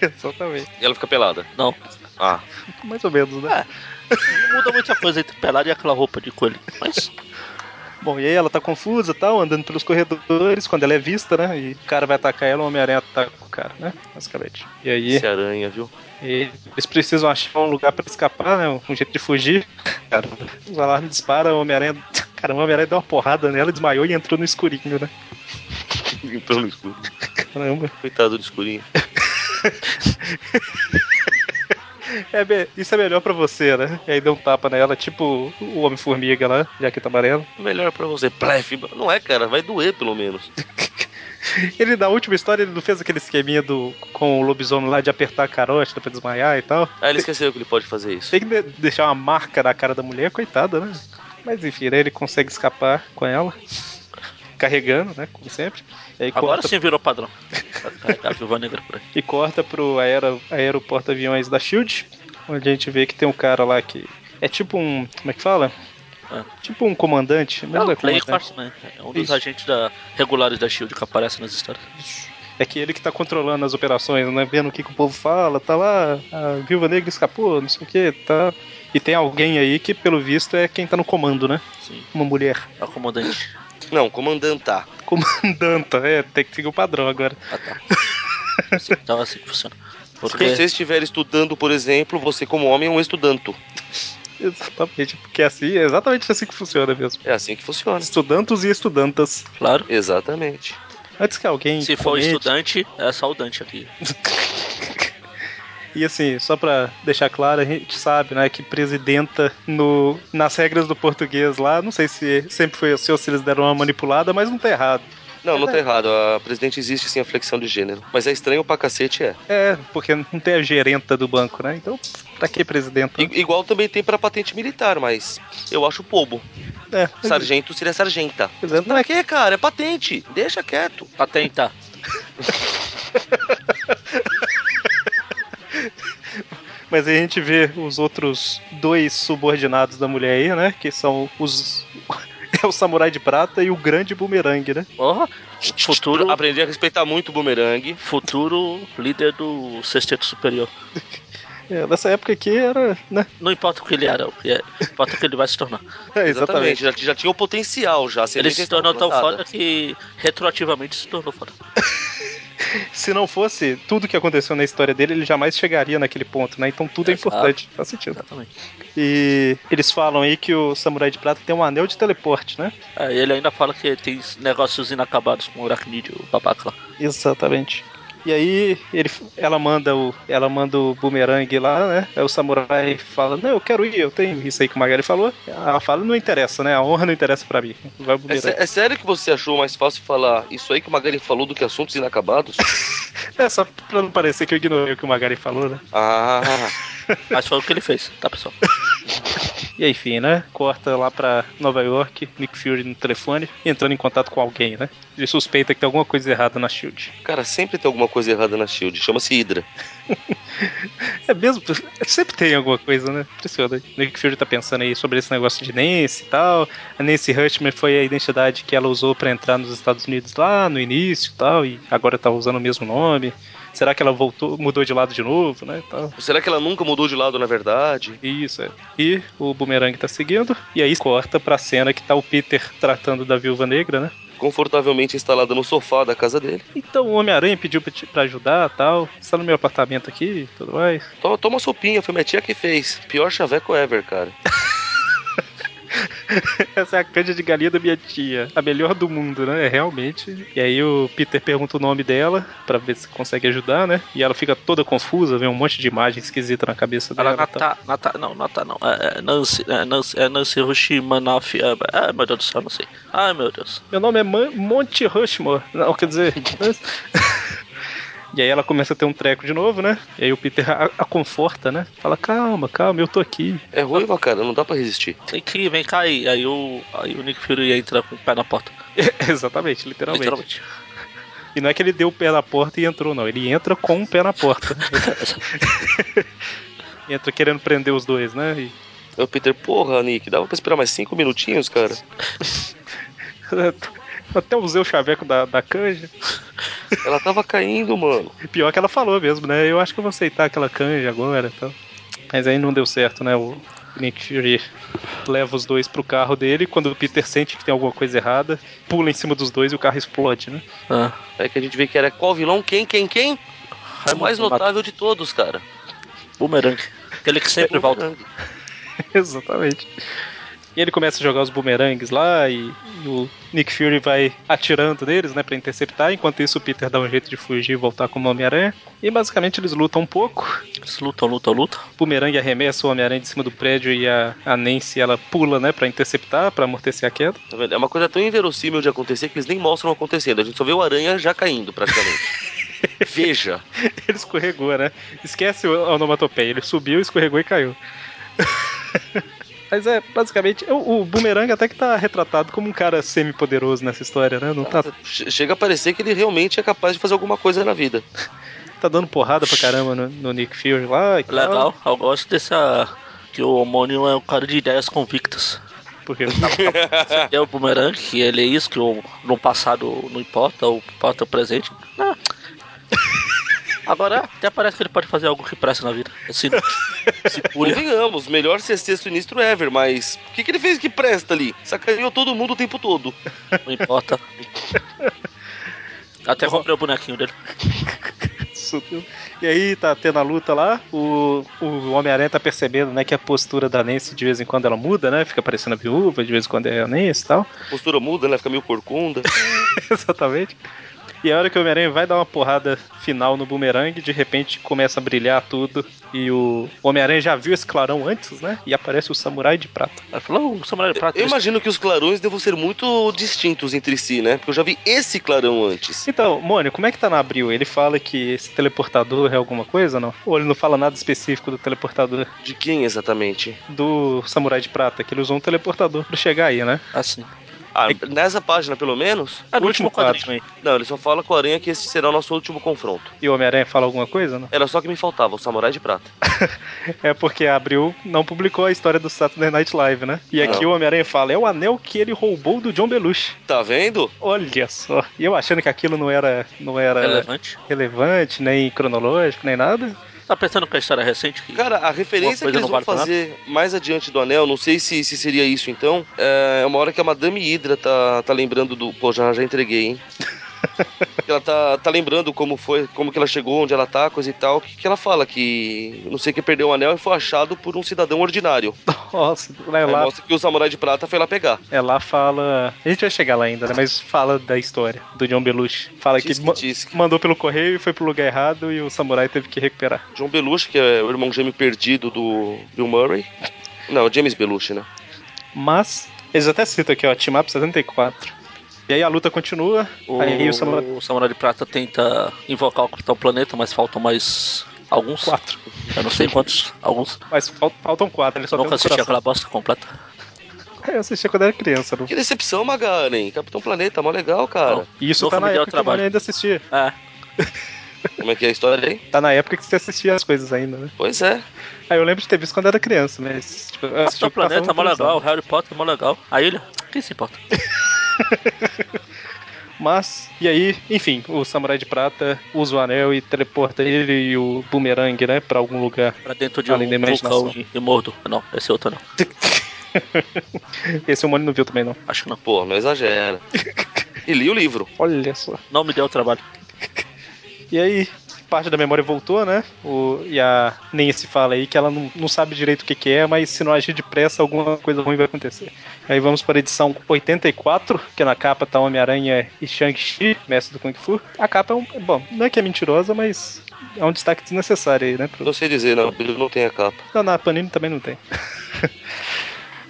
Speaker 1: Exatamente.
Speaker 3: E ela fica pelada.
Speaker 4: Não,
Speaker 3: Ah.
Speaker 1: Mais ou menos, né?
Speaker 4: não muda muita coisa entre pelado e aquela roupa de coelho. Mas
Speaker 1: Bom, e aí ela tá confusa e tal, andando pelos corredores, quando ela é vista, né? E o cara vai atacar ela, o Homem-Aranha ataca o cara, né? Basicamente. E aí.
Speaker 3: Esse aranha, viu?
Speaker 1: E Eles precisam achar um lugar pra escapar, né? Um jeito de fugir.
Speaker 3: (laughs)
Speaker 1: Cara, os alarmes disparam, o Homem-Aranha. (laughs) Caramba, o Homem-Aranha deu uma porrada nela, desmaiou e entrou no escurinho, né?
Speaker 3: Entrou no escuro.
Speaker 1: Caramba.
Speaker 3: Coitado do escurinho.
Speaker 1: É, be- isso é melhor pra você, né? E aí deu um tapa nela, tipo o Homem-Formiga lá, já que tá amarelo.
Speaker 3: Melhor pra você. Plef. Não é, cara. Vai doer, pelo menos.
Speaker 1: Ele, na última história, ele não fez aquele esqueminha do, com o lobisomem lá de apertar a carótida pra desmaiar e tal.
Speaker 3: Ah, ele esqueceu que ele pode fazer isso.
Speaker 1: Tem que de- deixar uma marca na cara da mulher, coitada, né? Mas enfim, né? ele consegue escapar com ela. Carregando, né? Como sempre. E aí
Speaker 4: agora
Speaker 1: corta
Speaker 4: sim virou padrão. Tá, A, a viúva negra por aí.
Speaker 1: e corta pro aero, aeroporto aviões da Shield, onde a gente vê que tem um cara lá que é tipo um, como é que fala?
Speaker 4: Ah.
Speaker 1: Tipo um comandante, mas
Speaker 4: É
Speaker 1: não
Speaker 4: o
Speaker 1: é
Speaker 4: Clay
Speaker 1: comandante.
Speaker 4: Quartz, né? É um dos
Speaker 1: Isso.
Speaker 4: agentes da, regulares da Shield que aparece nas histórias.
Speaker 1: É que ele que tá controlando as operações, né? Vendo o que, que o povo fala, tá lá, a viúva negra escapou, não sei o que, tá. E tem alguém aí que, pelo visto, é quem tá no comando, né?
Speaker 4: Sim,
Speaker 1: Uma mulher. (laughs)
Speaker 4: é o comandante.
Speaker 3: Não, comandantar.
Speaker 1: Comandanta, é, tem que seguir o padrão agora.
Speaker 4: Ah, tá. Assim, Tava assim que funciona.
Speaker 3: Se
Speaker 4: Porque
Speaker 3: você estiver estudando, por exemplo, você como homem é um estudanto.
Speaker 1: Exatamente, porque é assim, é exatamente assim que funciona mesmo.
Speaker 3: É assim que funciona.
Speaker 1: Estudantos e estudantas.
Speaker 4: Claro.
Speaker 3: Exatamente.
Speaker 1: Antes que alguém.
Speaker 4: Se for
Speaker 1: comente-
Speaker 4: estudante, é só o Dante aqui.
Speaker 1: E assim, só pra deixar claro, a gente sabe, né, que presidenta no, nas regras do português lá, não sei se sempre foi assim ou se eles deram uma manipulada, mas não tá errado.
Speaker 3: Não, não tá errado. A presidente existe sim a flexão de gênero. Mas é estranho pra cacete, é.
Speaker 1: É, porque não tem a gerenta do banco, né? Então, pra que
Speaker 4: Ah.
Speaker 1: presidenta?
Speaker 3: I- igual também tem pra patente militar, mas eu acho bobo.
Speaker 1: É,
Speaker 3: Sargento seria sargenta.
Speaker 1: pois é, não
Speaker 3: Pra
Speaker 1: é
Speaker 3: quê, cara? É patente. Deixa quieto.
Speaker 4: Patentar.
Speaker 1: Mas aí a gente vê os outros dois subordinados da mulher aí, né? Que são os. (laughs) É o Samurai de Prata e o Grande Bumerangue, né?
Speaker 4: Porra, o futuro,
Speaker 3: Aprendi a respeitar muito o bumerangue.
Speaker 4: futuro líder do sexteto superior.
Speaker 1: É, nessa época aqui era. Né?
Speaker 4: Não importa o que ele era, o que é, importa o que ele vai se tornar.
Speaker 1: É,
Speaker 3: Exatamente.
Speaker 1: exatamente.
Speaker 3: Já, já tinha o potencial já.
Speaker 4: ele
Speaker 3: semente
Speaker 4: se tornou tão
Speaker 3: plantada.
Speaker 4: foda que retroativamente se tornou foda.
Speaker 1: Se não fosse tudo que aconteceu na história dele, ele jamais chegaria naquele ponto, né? Então tudo é
Speaker 4: Exato.
Speaker 1: importante. Faz sentido.
Speaker 4: Exatamente.
Speaker 1: E eles falam aí que o Samurai de Prata tem um anel de teleporte, né?
Speaker 4: Aí ele ainda fala que tem negócios inacabados com o Aracnídeo, o babaca lá.
Speaker 1: Exatamente. E aí ele, ela manda o, ela manda o bumerangue lá, né? Aí o samurai fala, não, eu quero ir, eu tenho isso aí que o Magali falou. Ela fala, não interessa, né? A honra não interessa pra mim. Vai o
Speaker 3: É, sé-
Speaker 1: bumerangue.
Speaker 3: é sério que você achou mais fácil falar isso aí que o Magari falou do que assuntos inacabados?
Speaker 1: É só pra não parecer que eu ignorei o que o Magali falou, né?
Speaker 3: Ah,
Speaker 4: Mas foi o que ele fez, tá pessoal?
Speaker 1: E aí, enfim, né? Corta lá pra Nova York, Nick Fury no telefone, entrando em contato com alguém, né? Ele suspeita que tem alguma coisa errada na Shield.
Speaker 3: cara, sempre tem alguma coisa errada na Shield. Chama-se Hydra.
Speaker 1: É mesmo, sempre tem alguma coisa, né? Impressionante. O Nick Fury tá pensando aí sobre esse negócio de Nancy e tal. A Nancy Hushman foi a identidade que ela usou pra entrar nos Estados Unidos lá no início e tal, e agora tá usando o mesmo nome. Será que ela voltou, mudou de lado de novo, né? e tal.
Speaker 3: Será que ela nunca mudou de lado, na verdade?
Speaker 1: Isso, é. E o Boomerang tá seguindo, e aí corta pra cena que tá o Peter tratando da viúva negra, né?
Speaker 3: Confortavelmente instalada no sofá da casa dele.
Speaker 1: Então o Homem-Aranha pediu pra, te- pra ajudar tal. Você tá no meu apartamento aqui e tudo mais. (laughs)
Speaker 3: Toma, toma sopinha, foi minha tia que fez. Pior chaveco ever, cara.
Speaker 1: Essa é a canja de galinha da minha tia. A melhor do mundo, né? É Realmente. E aí o Peter pergunta o nome dela pra ver se consegue ajudar, né? E ela fica toda confusa, vem um monte de imagem esquisita na cabeça dela.
Speaker 4: Ela tá-
Speaker 1: e tal.
Speaker 4: Nata, Nata, não, Nata não. É, é Nancy, é Nancy, é Nancy Hoshimanafi. É, ai, meu Deus do céu, não sei. Ai, meu Deus.
Speaker 1: Meu nome é Man- Monte Rushmore. Não, quer dizer. E aí ela começa a ter um treco de novo, né? E aí o Peter a, a conforta, né? Fala, calma, calma, eu tô aqui. (laughs)
Speaker 3: É ruiva, cara, não dá pra resistir.
Speaker 4: Tem que ir, vem cá aí. Aí o, aí o Nick Fury entra com o pé na porta.
Speaker 1: Exatamente, literalmente. E não é que ele deu o pé na porta e entrou, não. Ele entra com o pé na porta. entra querendo prender os dois, né? E (laughs)
Speaker 3: Aí o Peter, porra, Nick, dava pra esperar mais cinco minutinhos, cara?
Speaker 1: Até usei o chaveco da, da canja.
Speaker 3: Ela tava caindo, mano.
Speaker 1: E pior que ela falou mesmo, né? Eu acho que eu vou aceitar aquela canja agora e tal. Mas aí não deu certo, né? O Nick Fury leva os dois pro carro dele. Quando o Peter sente que tem alguma coisa errada, pula em cima dos dois e o carro explode, né?
Speaker 4: Ah,
Speaker 3: Aí É que a gente vê que era qual vilão, quem, quem, quem? O mais notável de todos, cara.
Speaker 4: Boomerang. Aquele que sempre volta.
Speaker 1: (laughs) Exatamente. E ele começa a jogar os bumerangues lá e, e o Nick Fury vai atirando neles, né, pra interceptar. Enquanto isso, o Peter dá um jeito de fugir e voltar com o Homem-Aranha. E basicamente eles lutam um pouco.
Speaker 4: Eles lutam, lutam, lutam.
Speaker 1: bumerangue arremessa o Homem-Aranha de cima do prédio e a, a Nancy ela pula, né, pra interceptar, pra amortecer a queda. (laughs)
Speaker 3: Tá vendo? É uma coisa tão inverossímil de acontecer que eles nem mostram acontecendo. A gente só vê o aranha já caindo, praticamente. Veja.
Speaker 1: Ele escorregou, né? Esquece o- a onomatopeia, ele subiu, escorregou e caiu. (laughs) Mas é, basicamente, o, o Boomerang até que tá retratado como um cara semi-poderoso nessa história, né? Não tá,
Speaker 3: Che- Chega a parecer que ele realmente é capaz de fazer alguma coisa na vida.
Speaker 1: tá dando porrada pra caramba no, no Nick Fury lá. e tal.
Speaker 4: Legal. Eu gosto dessa. Que o homônio é um cara de ideias convictas.
Speaker 1: Porque (laughs) tá
Speaker 4: É o Boomerang, que ele é isso, que o, no passado não importa, o que importa é o presente. (laughs) Ah. Agora até parece que ele pode fazer algo que presta na vida. Assim, Esse, esse pulha.
Speaker 3: Convenhamos, Tipo, melhor ser sexto sinistro ever, mas o que, que ele fez que presta ali? Sacaneou todo mundo o tempo todo.
Speaker 4: Não
Speaker 1: (laughs)
Speaker 4: importa. Até comprei o bonequinho dele.
Speaker 1: isso, viu? E aí tá tendo a luta lá, o, o Homem-Aranha tá percebendo, né, que a postura da Nancy de vez em quando ela muda, né? Fica parecendo a viúva, de vez em quando é a Nancy e tal. (laughs)
Speaker 3: A postura muda, né? Fica meio corcunda.
Speaker 1: Exatamente. E a hora que o Homem-Aranha vai dar uma porrada final no bumerangue, de repente começa a brilhar tudo. E o Homem-Aranha já viu esse clarão antes, né? E aparece o samurai de prata.
Speaker 4: Ele falou, o Samurai de Prata.
Speaker 3: Eu imagino que os clarões devam ser muito distintos entre si, né? Porque eu já vi esse clarão antes.
Speaker 1: Então, Mônio, como é que tá na abril? Ele fala que esse teleportador é alguma coisa, não? Ou ele não fala nada específico do teleportador
Speaker 3: De quem exatamente?
Speaker 1: do samurai de prata, que ele usou um teleportador pra chegar aí, né?
Speaker 4: Assim.
Speaker 3: Ah, nessa página, pelo menos?
Speaker 4: É no
Speaker 1: Ah, Último
Speaker 4: último quadrinho.
Speaker 1: quadrinho
Speaker 3: Não, ele só fala com a aranha que esse será o nosso último confronto.
Speaker 1: E o Homem-Aranha fala alguma coisa, não?
Speaker 3: Era só que me faltava, o Samurai de Prata.
Speaker 1: É porque a Abril não publicou a história do Saturday Night Live, né? E aqui
Speaker 3: Não.
Speaker 1: o Homem-Aranha fala: é o anel que ele roubou do John Belushi.
Speaker 3: (laughs) Tá vendo?
Speaker 1: Olha só. E eu achando que aquilo não era, não era
Speaker 4: Relevante.
Speaker 1: relevante, nem cronológico, nem nada.
Speaker 4: Tá pensando que a história é recente? Que
Speaker 3: Cara, a referência
Speaker 4: Uma coisa
Speaker 3: que eles
Speaker 4: não
Speaker 3: vão
Speaker 4: vale pra
Speaker 3: fazer mais adiante do anel, não sei se, se seria isso então, é uma hora que a Madame Hydra tá, tá lembrando do. Pô, já, já entreguei, (laughs) hein? ela tá, tá lembrando como foi, como que ela chegou, onde ela tá, coisa e tal. Que, que ela fala que não sei quem perdeu o anel e foi achado por um cidadão ordinário.
Speaker 1: Nossa, lá,
Speaker 3: Aí
Speaker 1: lá,
Speaker 3: mostra que o samurai de prata foi lá pegar.
Speaker 1: é lá fala. A gente vai chegar lá ainda, né? Mas fala da história do John Belushi. Fala que
Speaker 3: Disque,
Speaker 1: ma-
Speaker 3: disque.
Speaker 1: mandou pelo correio e foi pro lugar errado e o samurai teve que recuperar.
Speaker 3: John Belushi, que é o irmão gêmeo perdido do Bill Murray. Não, James Belushi, né?
Speaker 1: Mas eles até citam aqui, ó, Team Up 74. E aí a luta continua.
Speaker 4: O,
Speaker 1: Aí o samurai
Speaker 4: o Samurai de Prata tenta invocar o Capitão Planeta, mas faltam mais alguns.
Speaker 1: 4.
Speaker 4: Eu não sei quantos. Alguns.
Speaker 1: Mas fal- faltam quatro, ele só
Speaker 4: Nunca
Speaker 1: tem um
Speaker 4: assisti
Speaker 1: coração. É,
Speaker 4: aquela bosta completa.
Speaker 1: Eu assistia quando era criança. Não...
Speaker 3: Que decepção, Magaren. Capitão Planeta, mó legal, cara.
Speaker 1: E isso
Speaker 4: Novo
Speaker 1: tá na
Speaker 4: me deu
Speaker 1: época que o
Speaker 4: trabalho.
Speaker 1: Mario ainda assistia.
Speaker 4: É.
Speaker 2: Tá
Speaker 3: Como é que é a história aí?
Speaker 1: Tá na época que você assistia as coisas ainda, né?
Speaker 3: Pois é.
Speaker 1: Ah, eu lembro de ter visto quando era criança, mas. Tipo, eu assisti
Speaker 4: Capitão
Speaker 1: o que
Speaker 4: Planeta é
Speaker 1: passava
Speaker 2: tá
Speaker 1: na
Speaker 4: mó
Speaker 1: televisão.
Speaker 4: legal, Harry Potter é mó legal. A ilha, quem se importa?
Speaker 1: Mas, e aí, enfim, o Samurai de Prata usa o anel e teleporta ele e o Boomerang, né, pra algum lugar. (laughs)
Speaker 2: Pra dentro de
Speaker 1: Além da
Speaker 2: um vulcão
Speaker 1: imaginação.
Speaker 2: de, de mordo. Não, esse outro não.
Speaker 1: Esse humano não viu também, não.
Speaker 2: Acho que não.
Speaker 3: Pô, não exagera. E li o livro.
Speaker 1: Olha só.
Speaker 2: Não me deu trabalho.
Speaker 1: E aí, parte da memória voltou, né? O, e a nem se fala aí que ela não, não sabe direito o que, que é, mas se não agir depressa, alguma coisa ruim vai acontecer. Aí vamos para a edição 84, que na capa tá Homem-Aranha e Shang-Chi, mestre do Kung Fu. A capa é um. Bom, não é que é mentirosa, mas é um destaque desnecessário aí, né? pro-
Speaker 3: Não sei dizer, não. Ele não tem a capa.
Speaker 1: Não, na Panini também não tem. (laughs)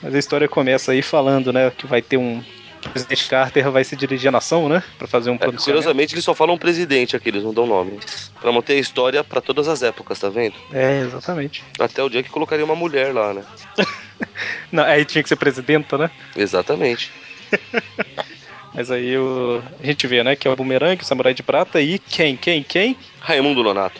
Speaker 1: Mas a história começa aí falando, né, que vai ter um. O presidente Carter vai se dirigir à nação, né? Pra fazer um
Speaker 3: É,
Speaker 1: pronunciamento.
Speaker 3: curiosamente, eles só falam presidente aqui, eles não dão nomes. Pra manter a história pra todas as épocas, tá vendo?
Speaker 1: É, exatamente.
Speaker 3: Até o dia que colocaria uma mulher lá, né?
Speaker 1: Não, aí tinha que ser presidenta, né?
Speaker 3: Exatamente.
Speaker 1: Mas aí o... a gente vê, né, que é o Boomerang, o Samurai de Prata e quem, quem, quem? (laughs)
Speaker 3: Raimundo Nonato.